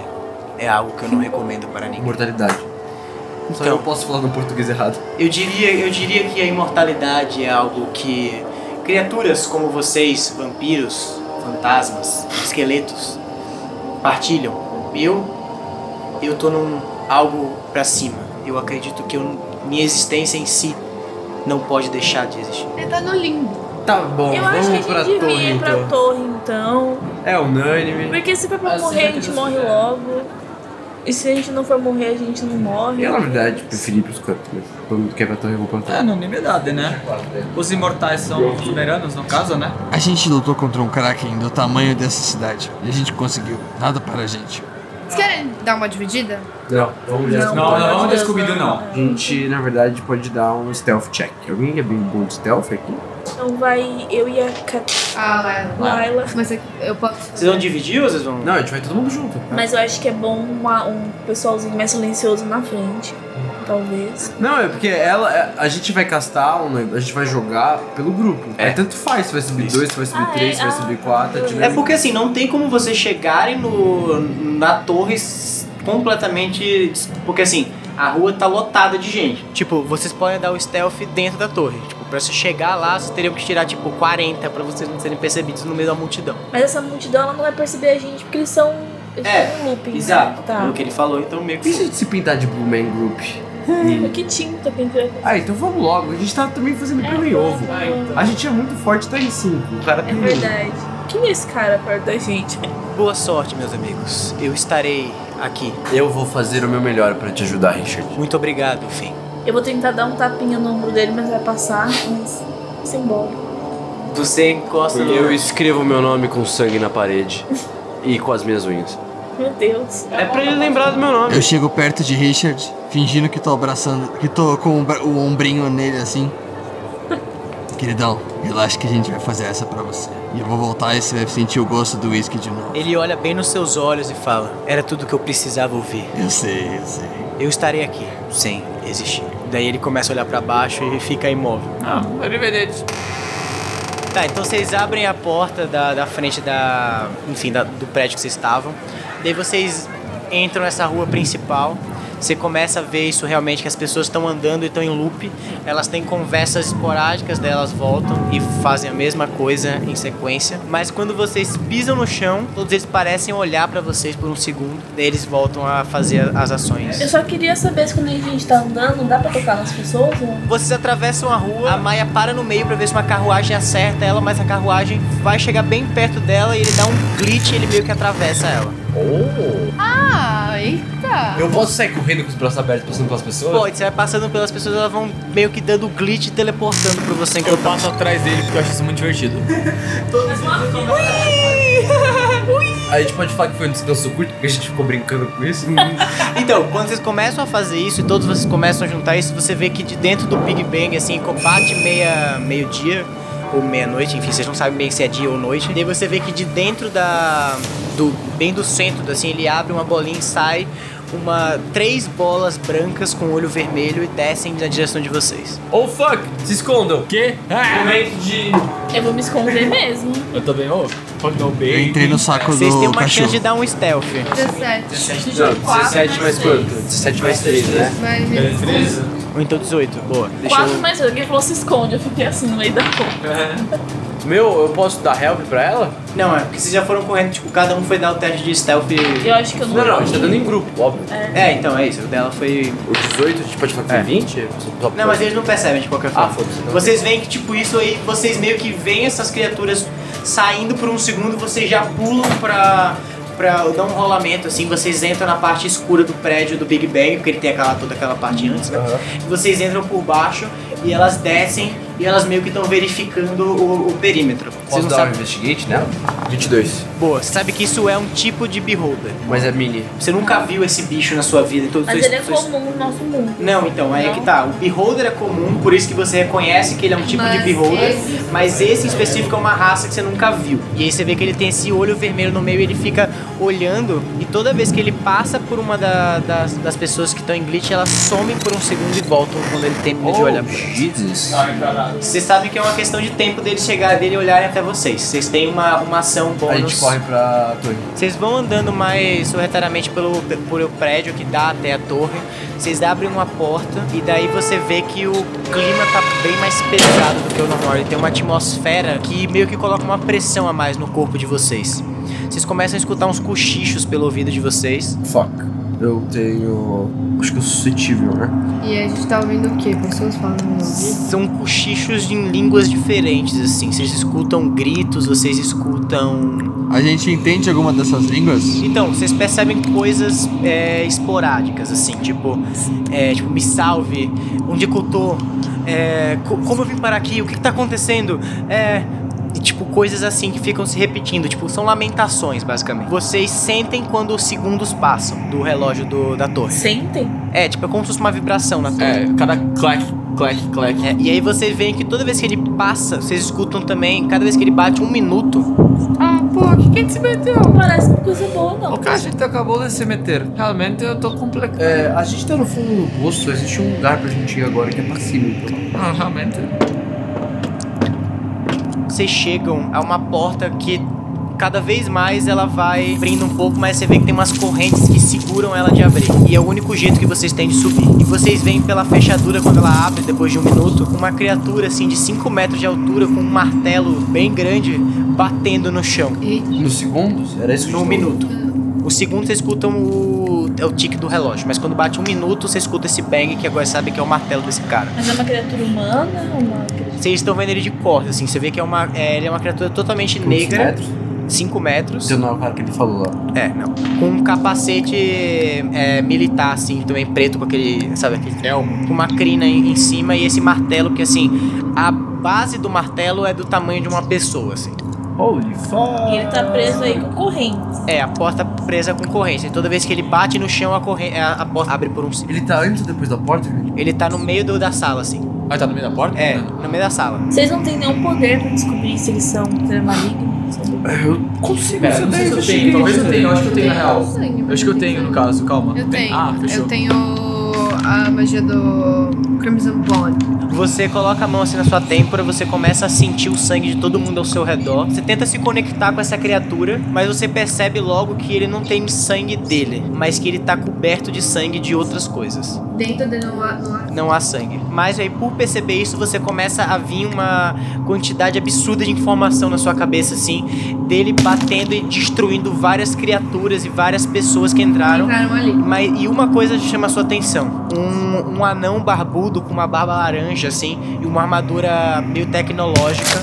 é algo que eu não recomendo para ninguém.
Imortalidade. Só que eu
Então,
posso falar no português errado.
eu diria, eu diria que a imortalidade é algo que criaturas como vocês, vampiros, fantasmas, esqueletos, partilham. Eu, eu tô num algo pra cima. Eu acredito que eu- minha existência em si não pode deixar de existir.
Ele tá no limbo.
Tá bom,
Eu
vamos
acho que a
pra
gente devia
torre
ir pra
então.
torre então.
É unânime.
Porque se for pra
Assim,
morrer, a
já que
gente
eu
morre
sou-
logo. E se a gente não for morrer, a gente não morre.
Eu, na é verdade, tipo, preferi ir pros cantos, mas todo mundo quer ir pra torre, eu vou pra torre.
É, unanimidade, né? Os imortais são soberanos, no caso, né?
A gente lutou contra um Kraken do tamanho dessa cidade. E a gente conseguiu. Nada para a gente.
Vocês querem dar uma dividida?
Não, é vamos já.
Não,
Não,
pelo
não
amor
vamos
de
de
Deus,
Scooby-Doo,
não.
não.
A gente, na verdade, pode dar um stealth check. Alguém é bem bom de stealth aqui?
Então vai eu e a Cat-
Ah, Laila.
Laila.
Mas é- eu posso.
Vocês vão dividir ou vocês vão.
a gente vai todo mundo junto.
Mas eu acho que é bom uma- um pessoalzinho mais silencioso na frente. Talvez.
Não, é porque ela. é- A gente vai castar, um, neg- a gente vai jogar pelo grupo. É, tanto faz se vai subir dois, se vai subir
Ah,
três,
é?
se vai
Ah,
subir quatro. a gente
É
vai-
porque assim, não tem como vocês chegarem no, na torre s- completamente. des- Porque assim, a rua tá lotada de gente. Tipo, vocês podem dar o stealth dentro da torre. Tipo, pra você chegar lá, vocês teriam que tirar, tipo, 40 pra vocês não serem percebidos no meio da multidão.
Mas essa multidão ela não vai perceber a gente porque eles são. Eles
É,
estão em looping. né?
Exato.
Tá.
Pelo que ele falou, então meio
E se a
que.
gente se pintar é de Blue Man Group?
Mas Que tinta que a gente vai
Ah, então vamos logo. A gente tá também
É,
fazendo pelo em ovo. A gente é muito forte, tá em cinco. O cara
É
tem um.
verdade. Quem é esse cara perto da gente?
Boa sorte, meus amigos. Eu estarei aqui.
Eu vou fazer o meu melhor pra te ajudar, Richard.
Muito obrigado, Fim.
Eu vou tentar dar um tapinha no ombro dele, mas vai passar. Mas. Simbora.
Você encosta no.
Eu escrevo meu nome com sangue na parede e com as minhas unhas.
Meu Deus.
É pra ele lembrar do meu nome.
Eu chego perto de Richard, fingindo que tô abraçando. Que tô com o, bra- o ombrinho nele assim. Queridão, relaxa que a gente vai fazer essa pra você. E eu vou voltar e você vai sentir o gosto do whisky de novo.
Ele olha bem nos seus olhos e fala: Era tudo que eu precisava ouvir.
Eu sei, eu sei.
Eu estarei aqui, sem existir. Daí ele começa a olhar pra baixo e fica imóvel.
Ah, arrivederci.
Tá, então vocês abrem a porta da, da frente da. Enfim, da- do prédio que vocês estavam. Daí vocês entram nessa rua principal. Você começa a ver isso realmente, que as pessoas estão andando e estão em loop. Elas têm conversas esporádicas, daí elas voltam e fazem a mesma coisa em sequência. Mas quando vocês pisam no chão, todos eles parecem olhar pra vocês por um segundo. Daí eles voltam a fazer as ações.
Eu só queria saber se quando a gente tá andando, dá pra tocar nas pessoas? ou-
Vocês atravessam a rua, a Maia para no meio pra ver se uma carruagem acerta ela, mas a carruagem vai chegar bem perto dela e ele dá um glitch e ele meio que atravessa ela.
Oh.
Ah, eita!
Eu posso sair correndo com os braços abertos passando pelas pessoas?
Pode, você vai passando pelas pessoas, elas vão meio que dando glitch e teleportando pra você
Eu
enquanto tá
passo atrás dele porque eu acho isso muito divertido.
A gente pode falar que foi um descanso curto porque a gente ficou brincando com isso.
Então, quando vocês começam a fazer isso e todos vocês começam a juntar isso, você vê que de dentro do Big Bang, assim, combate meia, meio-dia ou meia-noite, enfim, vocês não sabem bem se é dia ou noite. E daí você vê que de dentro da. Do, bem do centro, assim, ele abre uma bolinha e sai uma três bolas brancas com olho vermelho e descem na direção de vocês.
oh fuck! Se escondam!
Quê? Ah,
Momento de.
Eu vou me esconder mesmo.
eu também, ô. Fuck no
Eu
bait.
entrei no saco
Vocês têm
do
uma chance de
cachorro.
dar um stealth.
17.
Não, 17 mais quanto? 17 mais 3, né?
Mais menos.
Beleza?
Ou então 18. Boa. Deixa
4
eu.
mais 8. Alguém falou se esconde. Eu fiquei assim no meio da rua.
Meu, eu posso dar help pra ela?
Não, é porque vocês já foram correndo, tipo, cada um foi dar o teste de stealth.
Eu acho que eu não.
Não, não, a gente tá dando em grupo, óbvio.
É, então é isso. O dela foi
O 18, a gente pode falar que foi
É.
20? Só- só-
Não, mas eles não percebem de qualquer forma.
Ah, foda-se, então.
Vocês veem que, tipo, isso aí, vocês meio que veem essas criaturas saindo por um segundo, vocês já pulam pra. Pra dar um rolamento, assim, vocês entram na parte escura do prédio do Big Bang, porque ele tem aquela, toda aquela parte antes, né?
Aham.
Vocês entram por baixo e elas descem e elas meio que estão verificando o, o perímetro. Vocês
Posso
não
dar um
sabem.
investigate nela? 22.
Boa, você sabe que isso é um tipo de beholder.
Mas é mini.
Você nunca viu esse bicho na sua vida em todos os
Mas
seus-
ele é
seus-
comum no nosso mundo.
Não, então, aí é que
Não?
tá. O beholder é comum, por isso que você reconhece que ele é um tipo de
Mas
beholder.
esse-
Mas esse em específico é uma raça que você nunca viu. E aí você vê que ele tem esse olho vermelho no meio e ele fica olhando. E toda vez que ele passa por uma da- das, das pessoas que estão em glitch, elas somem por um segundo e voltam quando ele termina de olhar.
Oh, Jesus.
Ai, caralho.
Vocês sabem que é uma questão de tempo dele chegar, dele olharem até vocês. Vocês têm uma, uma ação
A
bônus.
gente corre pra torre.
Vocês vão andando mais sorretariamente pelo, pelo prédio que dá até a torre. Vocês abrem uma porta e daí você vê que o clima tá bem mais pesado do que o normal. Ele tem uma atmosfera que meio que coloca uma pressão a mais no corpo de vocês. Vocês começam a escutar uns cochichos pelo ouvido de vocês.
Fuck. Eu tenho. Acho que eu sou suscetível, né?
E a gente tá ouvindo o quê? Pessoas falando no meu ouvido?
São cochichos em línguas diferentes, assim. Vocês escutam gritos, vocês escutam
A gente entende alguma dessas línguas?
Então, vocês percebem coisas é, esporádicas, assim, tipo, é, tipo, me salve, onde é que eu tô, É, co- como eu vim parar aqui, o que, que tá acontecendo, é, e, tipo, coisas assim que ficam se repetindo, tipo, são lamentações, basicamente. Vocês sentem quando os segundos passam do relógio do- da torre.
Sentem?
É, tipo, é como se fosse uma vibração na torre.
É, cada clack, clack, clack.
É, e aí vocês veem que toda vez que ele passa, vocês escutam também, cada vez que ele bate um minuto,
Ah, pô, que
é
que se meteu?
Não parece coisa boa, não.
O cara, a gente acabou de se meter. Realmente eu tô complicado.
É, a gente tá no fundo do poço, existe um lugar pra gente ir agora que é passível.
Ah, realmente.
vocês chegam a uma porta que cada vez mais ela vai abrindo um pouco, mas você vê que tem umas correntes que seguram ela de abrir. E é o único jeito que vocês têm de subir. E vocês veem pela fechadura quando ela abre, depois de um minuto, uma criatura assim de 5 metros de altura com um martelo bem grande batendo no chão.
Nos segundos? Era isso que
Num minuto. O segundo vocês escutam o, é o tique do relógio, mas quando bate um minuto você escuta esse bang que agora sabe que é o martelo desse cara.
Mas é uma criatura humana? Uma criatura...
Vocês estão vendo ele de costas, assim, você vê que é uma, é, ele é uma criatura totalmente
é?
negra, 5 metros.
Você não é o cara que ele falou lá.
É, não. Com um capacete é, militar, assim, também preto, com aquele, sabe, aquele elmo. Com uma crina em, em cima e esse martelo que, assim, a base do martelo é do tamanho de uma pessoa, assim.
Holy fuck.
E ele tá preso aí com correntes.
É, a porta presa com corrente. E toda vez que ele bate no chão, a, corrente, a, a porta abre por um... si-
Ele tá antes ou depois da porta, gente?
Ele tá no meio do- da sala, assim.
Ah, tá no meio da porta?
É, no meio da sala.
Vocês não têm nenhum poder pra descobrir se eles são malignos.
É.
sabe?
Eu consigo,
Pera,
você
não sei se eu
investigate.
tenho, talvez eu tenha, eu acho que eu tenho na
Eu
real.
tenho sangue,
Eu acho que eu
mas
tenho,
tem
no caso, calma.
Eu tenho.
Ah, fechou.
eu tenho a magia do Crimson Bond.
Você coloca a mão assim na sua têmpora, você começa a sentir o sangue de todo mundo ao seu redor. Você tenta se conectar com essa criatura, mas você percebe logo que ele não tem sangue dele, mas que ele tá coberto de sangue de outras coisas.
Dentro dele não há, não há
Não há sangue. Mas aí, por perceber isso, você começa a vir uma quantidade absurda de informação na sua cabeça, assim, dele batendo e destruindo várias criaturas e várias pessoas que entraram.
entraram ali.
Mas, e uma coisa chama a sua atenção: um, um anão barbudo com uma barba laranja, assim, e uma armadura meio tecnológica,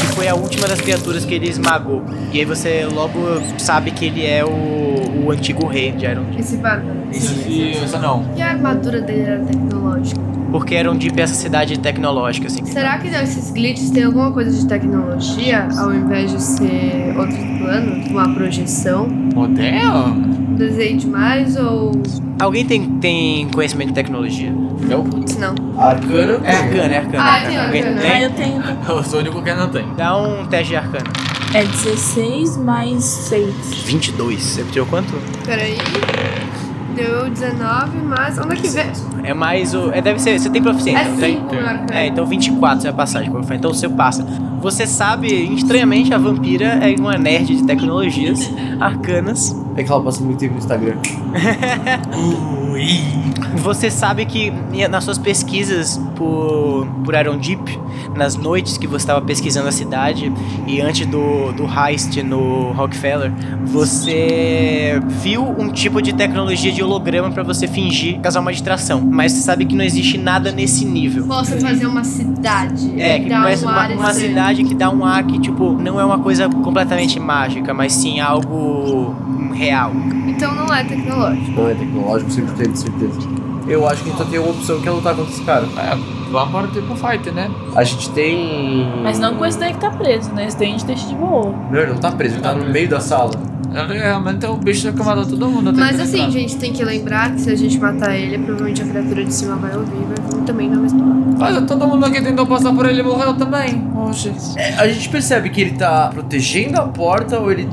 que foi a última das criaturas que ele esmagou. E aí você logo sabe que ele é o, o antigo rei de Erond.
Esse bárbaro.
Isso, isso não.
E a armadura dele era tecnológica.
Porque Erond é essa cidade tecnológica, assim.
Será que esses glitches têm alguma coisa de tecnologia ao invés de ser outro plano, uma projeção?
Modelo?
Desenho demais ou.
Alguém tem, tem conhecimento de tecnologia?
Putz, não.
Arcano?
É arcana, é arcana.
Ah,
arcana.
tem arcana.
Alguém
Ah,
tem?
eu tenho.
Eu sou o único que não tem.
Dá um teste de arcana.
É 16 mais 6.
22. Você tirou quanto?
Peraí. Deu 19, mas. Onde é que vem?
É mais o. É, deve ser. Você tem proficiência,
É
não tem?
5 no arcano.
É, então 24 é a passagem, como eu falei. Então você passa. Você sabe, estranhamente, a vampira é uma nerd de tecnologias arcanas.
É que ela passa muito tempo no Instagram.
Você sabe que nas suas pesquisas por, por Iron Deep, nas noites que você estava pesquisando a cidade e antes do, do heist no Rockefeller, você viu um tipo de tecnologia de holograma para você fingir causar uma distração. Mas você sabe que não existe nada nesse nível.
Posso fazer uma cidade.
É, que
Dar
parece
um
uma,
ar
uma
estranho.
cidade que dá um ar que, tipo, não é uma coisa completamente mágica, mas sim algo hum, real.
Então não é tecnológico.
Não é tecnológico, sempre tem, certeza. Eu acho que a gente só tem uma opção que é lutar contra esse cara.
Vamos para o Triple Fighter, né?
A gente tem.
Mas não com esse daí que tá preso, né? Esse daí a gente deixa de boa.
Não, ele não tá preso, ele tá no meio da sala.
Ele Realmente é o bicho que matou todo mundo.
Mas assim, gente, tem que lembrar que se a gente matar ele, provavelmente a criatura de cima vai ouvir, vai vir também na mesma hora.
Mas todo mundo aqui tentou passar por ele e morreu também. Oxe.
É, A gente percebe que ele tá protegendo a porta ou ele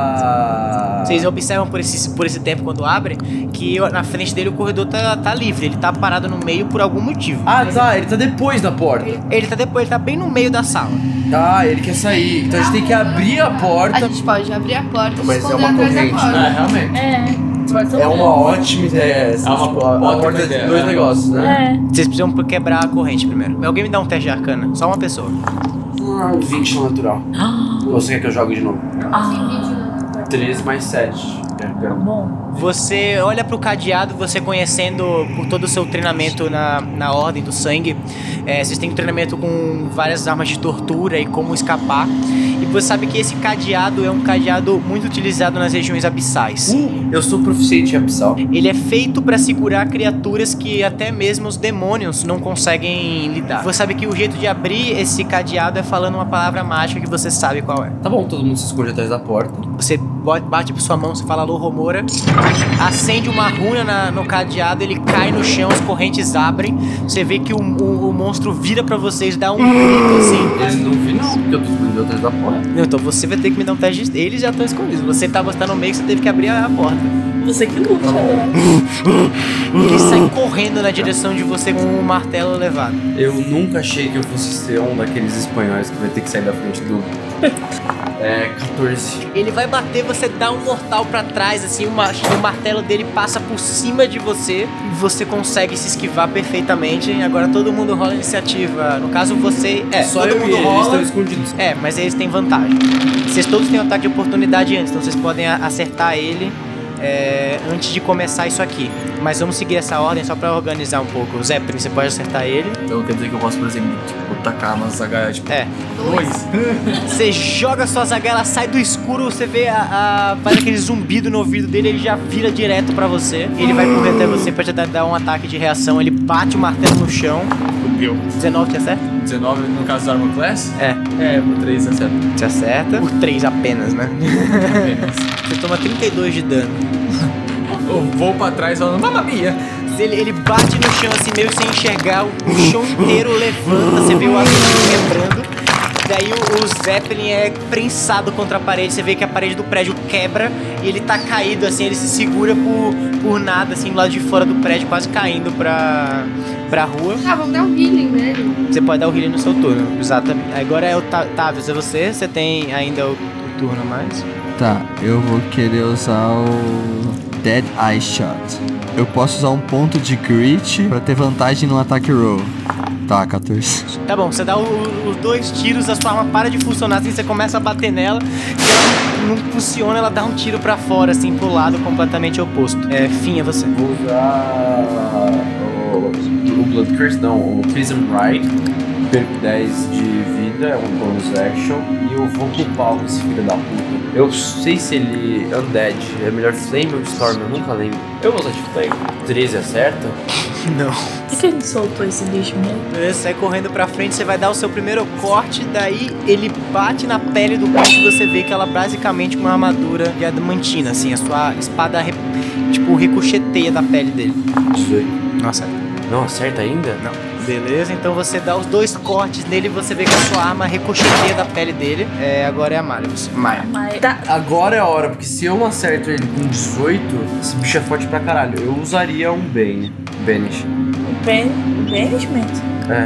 tá.
Vocês observam por esse, por esse tempo quando abre que na frente dele o corredor tá, tá livre, ele tá parado no meio por algum motivo.
Ah, tá, ele tá depois da porta.
Ele tá depois, ele tá bem no meio da sala.
Tá, ele quer sair. Então a gente tem que abrir a
A
Então-
porta.
gente pode abrir a porta e
Mas é
esconder
uma
atrás
corrente,
da porta.
Ah,
né?
realmente.
É.
É uma ótima ideia essa.
É uma
tipo, a, a
ótima
porta
ideia.
tem dois negócios, né?
É.
Vocês precisam quebrar a corrente primeiro. Alguém me dá um teste de arcana, só uma pessoa.
Um 20 no natural. Ou Você quer que eu jogue de novo?
Ah,
13 mais 7.
bom.
Você olha pro cadeado, você conhecendo por todo o seu treinamento na, na Ordem do Sangue. É, vocês têm treinamento com várias armas de tortura e como escapar. E você sabe que esse cadeado é um cadeado muito utilizado nas regiões abissais.
eu sou proficiente em abissal.
Ele é feito pra segurar criaturas que até mesmo os demônios não conseguem lidar. Você sabe que o jeito de abrir esse cadeado é falando uma palavra mágica que você sabe qual é.
Tá bom, todo mundo se esconde atrás da porta.
Você bota- bate por sua mão, você fala alô Romora, acende uma runa na- no cadeado, ele cai no chão, as correntes abrem. Você vê que o, o- o monstro vira pra vocês, dá um grito assim.
Eles não vi não, porque eu tô escondido atrás da porta.
Não, Então você vai ter que me dar um teste. de- Eles já estão escondidos. Você tava tá no meio que você teve que abrir a porta.
Você que luta, né?
Ele sai correndo na direção de você com o martelo levado.
Eu nunca achei que eu fosse ser um daqueles espanhóis que vai ter que sair da frente do. é, 14.
Ele vai bater, você dá um mortal pra trás, assim, uma- o martelo dele passa por cima de você e você consegue se esquivar perfeitamente. Agora todo mundo rola iniciativa. No caso, você. É,
Só
todo
eu
mundo
e eles
rola.
estão escondidos.
É, mas eles têm vantagem. Vocês todos têm um ataque de oportunidade antes, então vocês podem a- acertar ele é, antes de começar isso aqui. Mas vamos seguir essa ordem só pra organizar um pouco. Zé, primeiro você pode acertar ele.
Então quer dizer que eu posso, por exemplo, tipo, tacar nas HH, tipo,
É.
Dois.
Você joga sua zaga, ela sai do escuro, você vê a, a- faz aquele zumbido no ouvido dele, ele já vira direto pra você. Ele vai correr até você pra te dar- dar um ataque de reação. Ele bate o martelo no chão.
fudeu.
19 te acerta?
19 no caso do Armor Class?
É.
É, por 3 acerta
Te acerta. Por 3 apenas, né?
apenas.
Você toma 32 de dano.
Eu vou pra trás falando, mamma mia!
Ele, ele bate no chão assim, meio sem enxergar, o chão inteiro levanta, você vê o azul quebrando. Daí o, o Zeppelin é prensado contra a parede. Você vê que a parede do prédio quebra e ele tá caído, assim. Ele se segura por, por nada, assim, do lado de fora do prédio, quase caindo pra, pra rua.
Ah, vamos dar um healing nele.
Você pode dar o healing no seu turno, exatamente. Agora é o Ta- Tavius, é você. Você tem ainda o, o turno a mais?
Tá, eu vou querer usar o Dead Eye Shot. Eu posso usar um ponto de grit pra ter vantagem no ataque roll. Tá, 14.
Tá bom, você dá o- o- os dois tiros, a sua arma para de funcionar, assim, você começa a bater nela, e ela não funciona, ela dá um tiro pra fora, assim, pro lado completamente oposto. É, fim é você.
Vou usar ah, o, o Blood Curse, não, o Prism Ride. Perco 10 de vida, é um bonus action. E eu vou culpar esse filho da puta. Eu sei se ele é undead, é melhor Flame ou Storm, eu nunca lembro. Eu vou usar de Flame. 13 acerta?
Não.
Por que que ele soltou esse bicho mesmo?
Você sai correndo pra frente, você vai dar o seu primeiro corte, daí ele bate na pele do bicho e você vê que ela é basicamente uma armadura de adamantina, assim, a sua espada, re- tipo, ricocheteia da pele dele.
18.
Nossa,
Não acerta ainda?
Não. Beleza, então você dá os dois cortes nele e você vê que a sua arma ricocheteia da pele dele. É, agora é a Maria. você. Maia.
Mas tá,
Agora é a hora, porque se eu não acerto ele com 18, esse bicho é forte pra caralho. Eu usaria um Bane. Banish.
ban banishment?
É,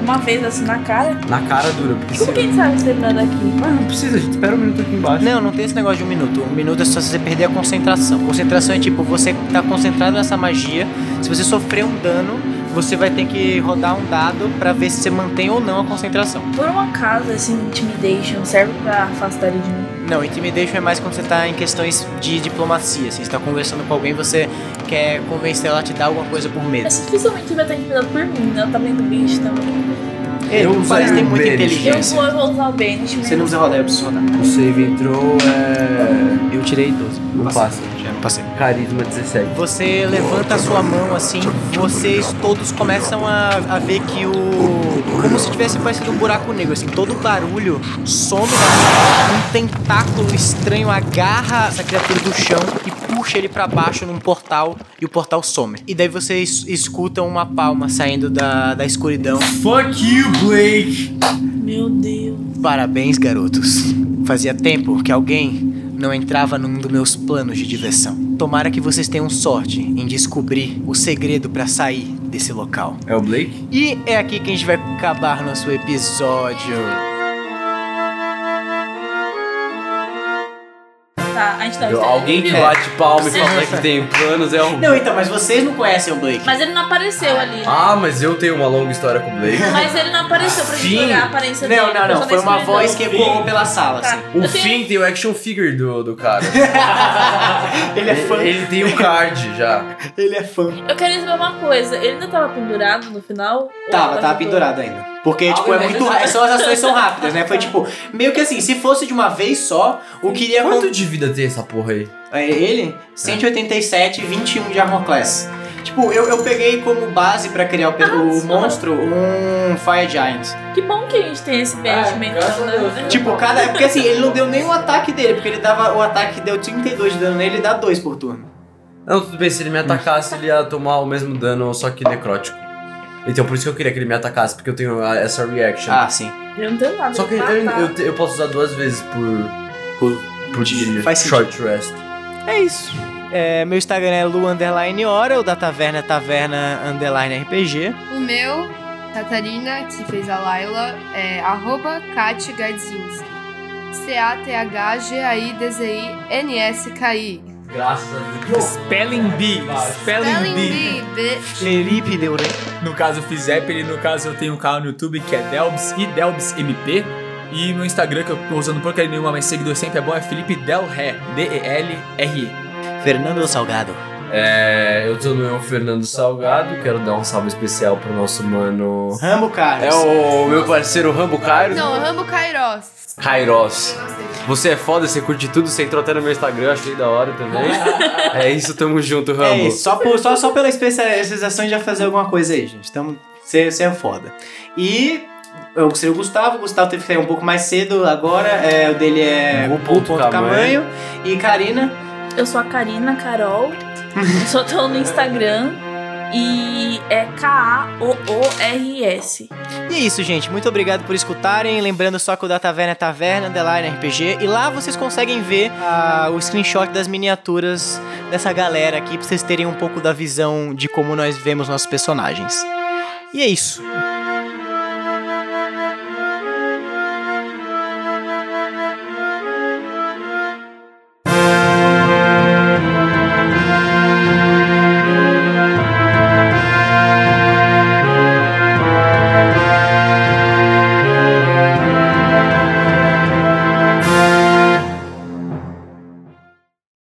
um Uma vez assim na cara?
na cara dura, porque se
Como que a gente sabe se ele não é daqui?
Mas não precisa, gente. Espera um minuto aqui embaixo.
Não, não tem esse negócio de um minuto. Um minuto é só se você perder a concentração. Concentração é tipo, você tá concentrado nessa magia. Se você sofrer um dano, você vai ter que rodar um dado pra ver se você mantém ou não a concentração.
Por um acaso, esse intimidation serve pra afastar ele de mim?
Não, intimidation é mais quando você tá em questões de diplomacia. Assim, você tá conversando com alguém, você quer convencer ela a te dar alguma coisa por medo.
Mas dificilmente ele vai estar intimidado por mim, né? Ela tá vendo o bicho também.
Eu
Eles parecem ter
usaria um
muita
Banish.
Eu
inteligência.
vou, eu vou usar o banishment.
Você não usa rodar, eu preciso rodar.
O save entrou é.
Eu tirei 12.
Não
Passei.
passa.
Já não passei.
Carisma 17.
Você levanta a sua mão assim, vocês todos começam a, a ver que o. Como se tivesse parecido um buraco negro, assim, todo o barulho some da sala, um tentáculo estranho agarra essa criatura do chão e puxa ele pra baixo num portal e o portal some. E daí vocês escutam uma palma saindo da, da escuridão.
Fuck you, Blake!
Meu Deus.
Parabéns, garotos. Fazia tempo que alguém não entrava num dos meus planos de diversão. Tomara que vocês tenham sorte em descobrir o segredo pra sair desse local.
É o Blake?
E é aqui que a gente vai acabar nosso episódio.
Tá, a gente tá.
Alguém que
É.
bate palma e
Você-
fala que tem planos é o.
Não, então, mas vocês não conhecem o Blake.
Mas ele não apareceu ali. né?
Ah, mas eu tenho uma longa história com o Blake.
Mas ele não apareceu pra gente
Sim.
olhar a aparência dele.
Não, não, não. Foi uma voz que ecoou pela sala, assim.
O
Eu tenho-
Finn tem o action figure do, do cara.
Ele é fã.
Ele tem o card já.
Ele é fã.
Eu queria saber uma coisa. Ele ainda tava pendurado no final?
Tava,
Ou
tava pendurado ainda. Porque, tipo, é muito rápido. São as ações são rápidas, né? Foi tipo, meio que assim, se fosse de uma vez só, o que iria acontecer.
Quanto de vida tem essa porra aí?
É ele? 187, 21 de armor class. Tipo, eu, eu peguei como base pra criar o, pe- o
só.
monstro um Fire Giant.
Que bom que a gente tem esse banishment.
É, graças a Deus.
né?
Tipo, cada. Porque assim, ele não deu nem o ataque dele, porque ele dava. O ataque que deu 32 de dano nele, ele dá 2 por turno.
Não, tudo bem, se ele me atacasse, ele ia tomar o mesmo dano, só que necrótico. Então por isso que eu queria que ele me atacasse, porque eu tenho a- essa reaction.
Ah, sim.
Eu não tenho nada.
Só que eu,
pra matar.
eu, eu posso usar duas vezes por. Por, por dia.
Faz sentido.
Short rest.
É isso. É, meu Instagram é lu underline hora, o da taverna é taverna underline RPG.
O meu, Catarina, que fez a Laila, é arroba Kati Gadzinski. C-A-T-H-G-A-I-D-Z-I-N-S-K-I.
Graças a Deus.
Spelling Bee. Spelling
Spelling
Bee.
Bee, bitch.
Felipe Deure.
No caso, eu fiz Apple, no caso, eu tenho um canal no YouTube que é Delbs e Delbs MP. E meu Instagram, que eu tô usando porcaria nenhuma, mas seguidor sempre é bom, é Felipe Del Ré. D-E-L-R-E.
Fernando Salgado.
É, eu tô no meu Fernando Salgado, quero dar um salve especial pro nosso mano.
Rambo
É
Carlos.
o meu parceiro Rambo Cairo.
Não, Rambo Kairos.
Kairos. Você é foda, você curte tudo, você entrou até no meu Instagram, achei da hora também. é isso, tamo junto, Rambo.
É isso, só, por- só, só pela especialização de já fazer alguma coisa aí, gente. Então, você você é foda. E eu seria o Gustavo, o Gustavo teve que sair um pouco mais cedo agora. é, o dele é
O ponto Camanho.
E Karina,
Eu sou a Karina Carol. Só tô no Instagram. E é K-A-O-O-R-S.
E é isso, gente. Muito obrigado por escutarem. Lembrando só que o da Taverna é Taverna, Underline RPG. E lá vocês conseguem ver ah, o screenshot das miniaturas dessa galera aqui, pra vocês terem um pouco da visão de como nós vemos nossos personagens. E é isso.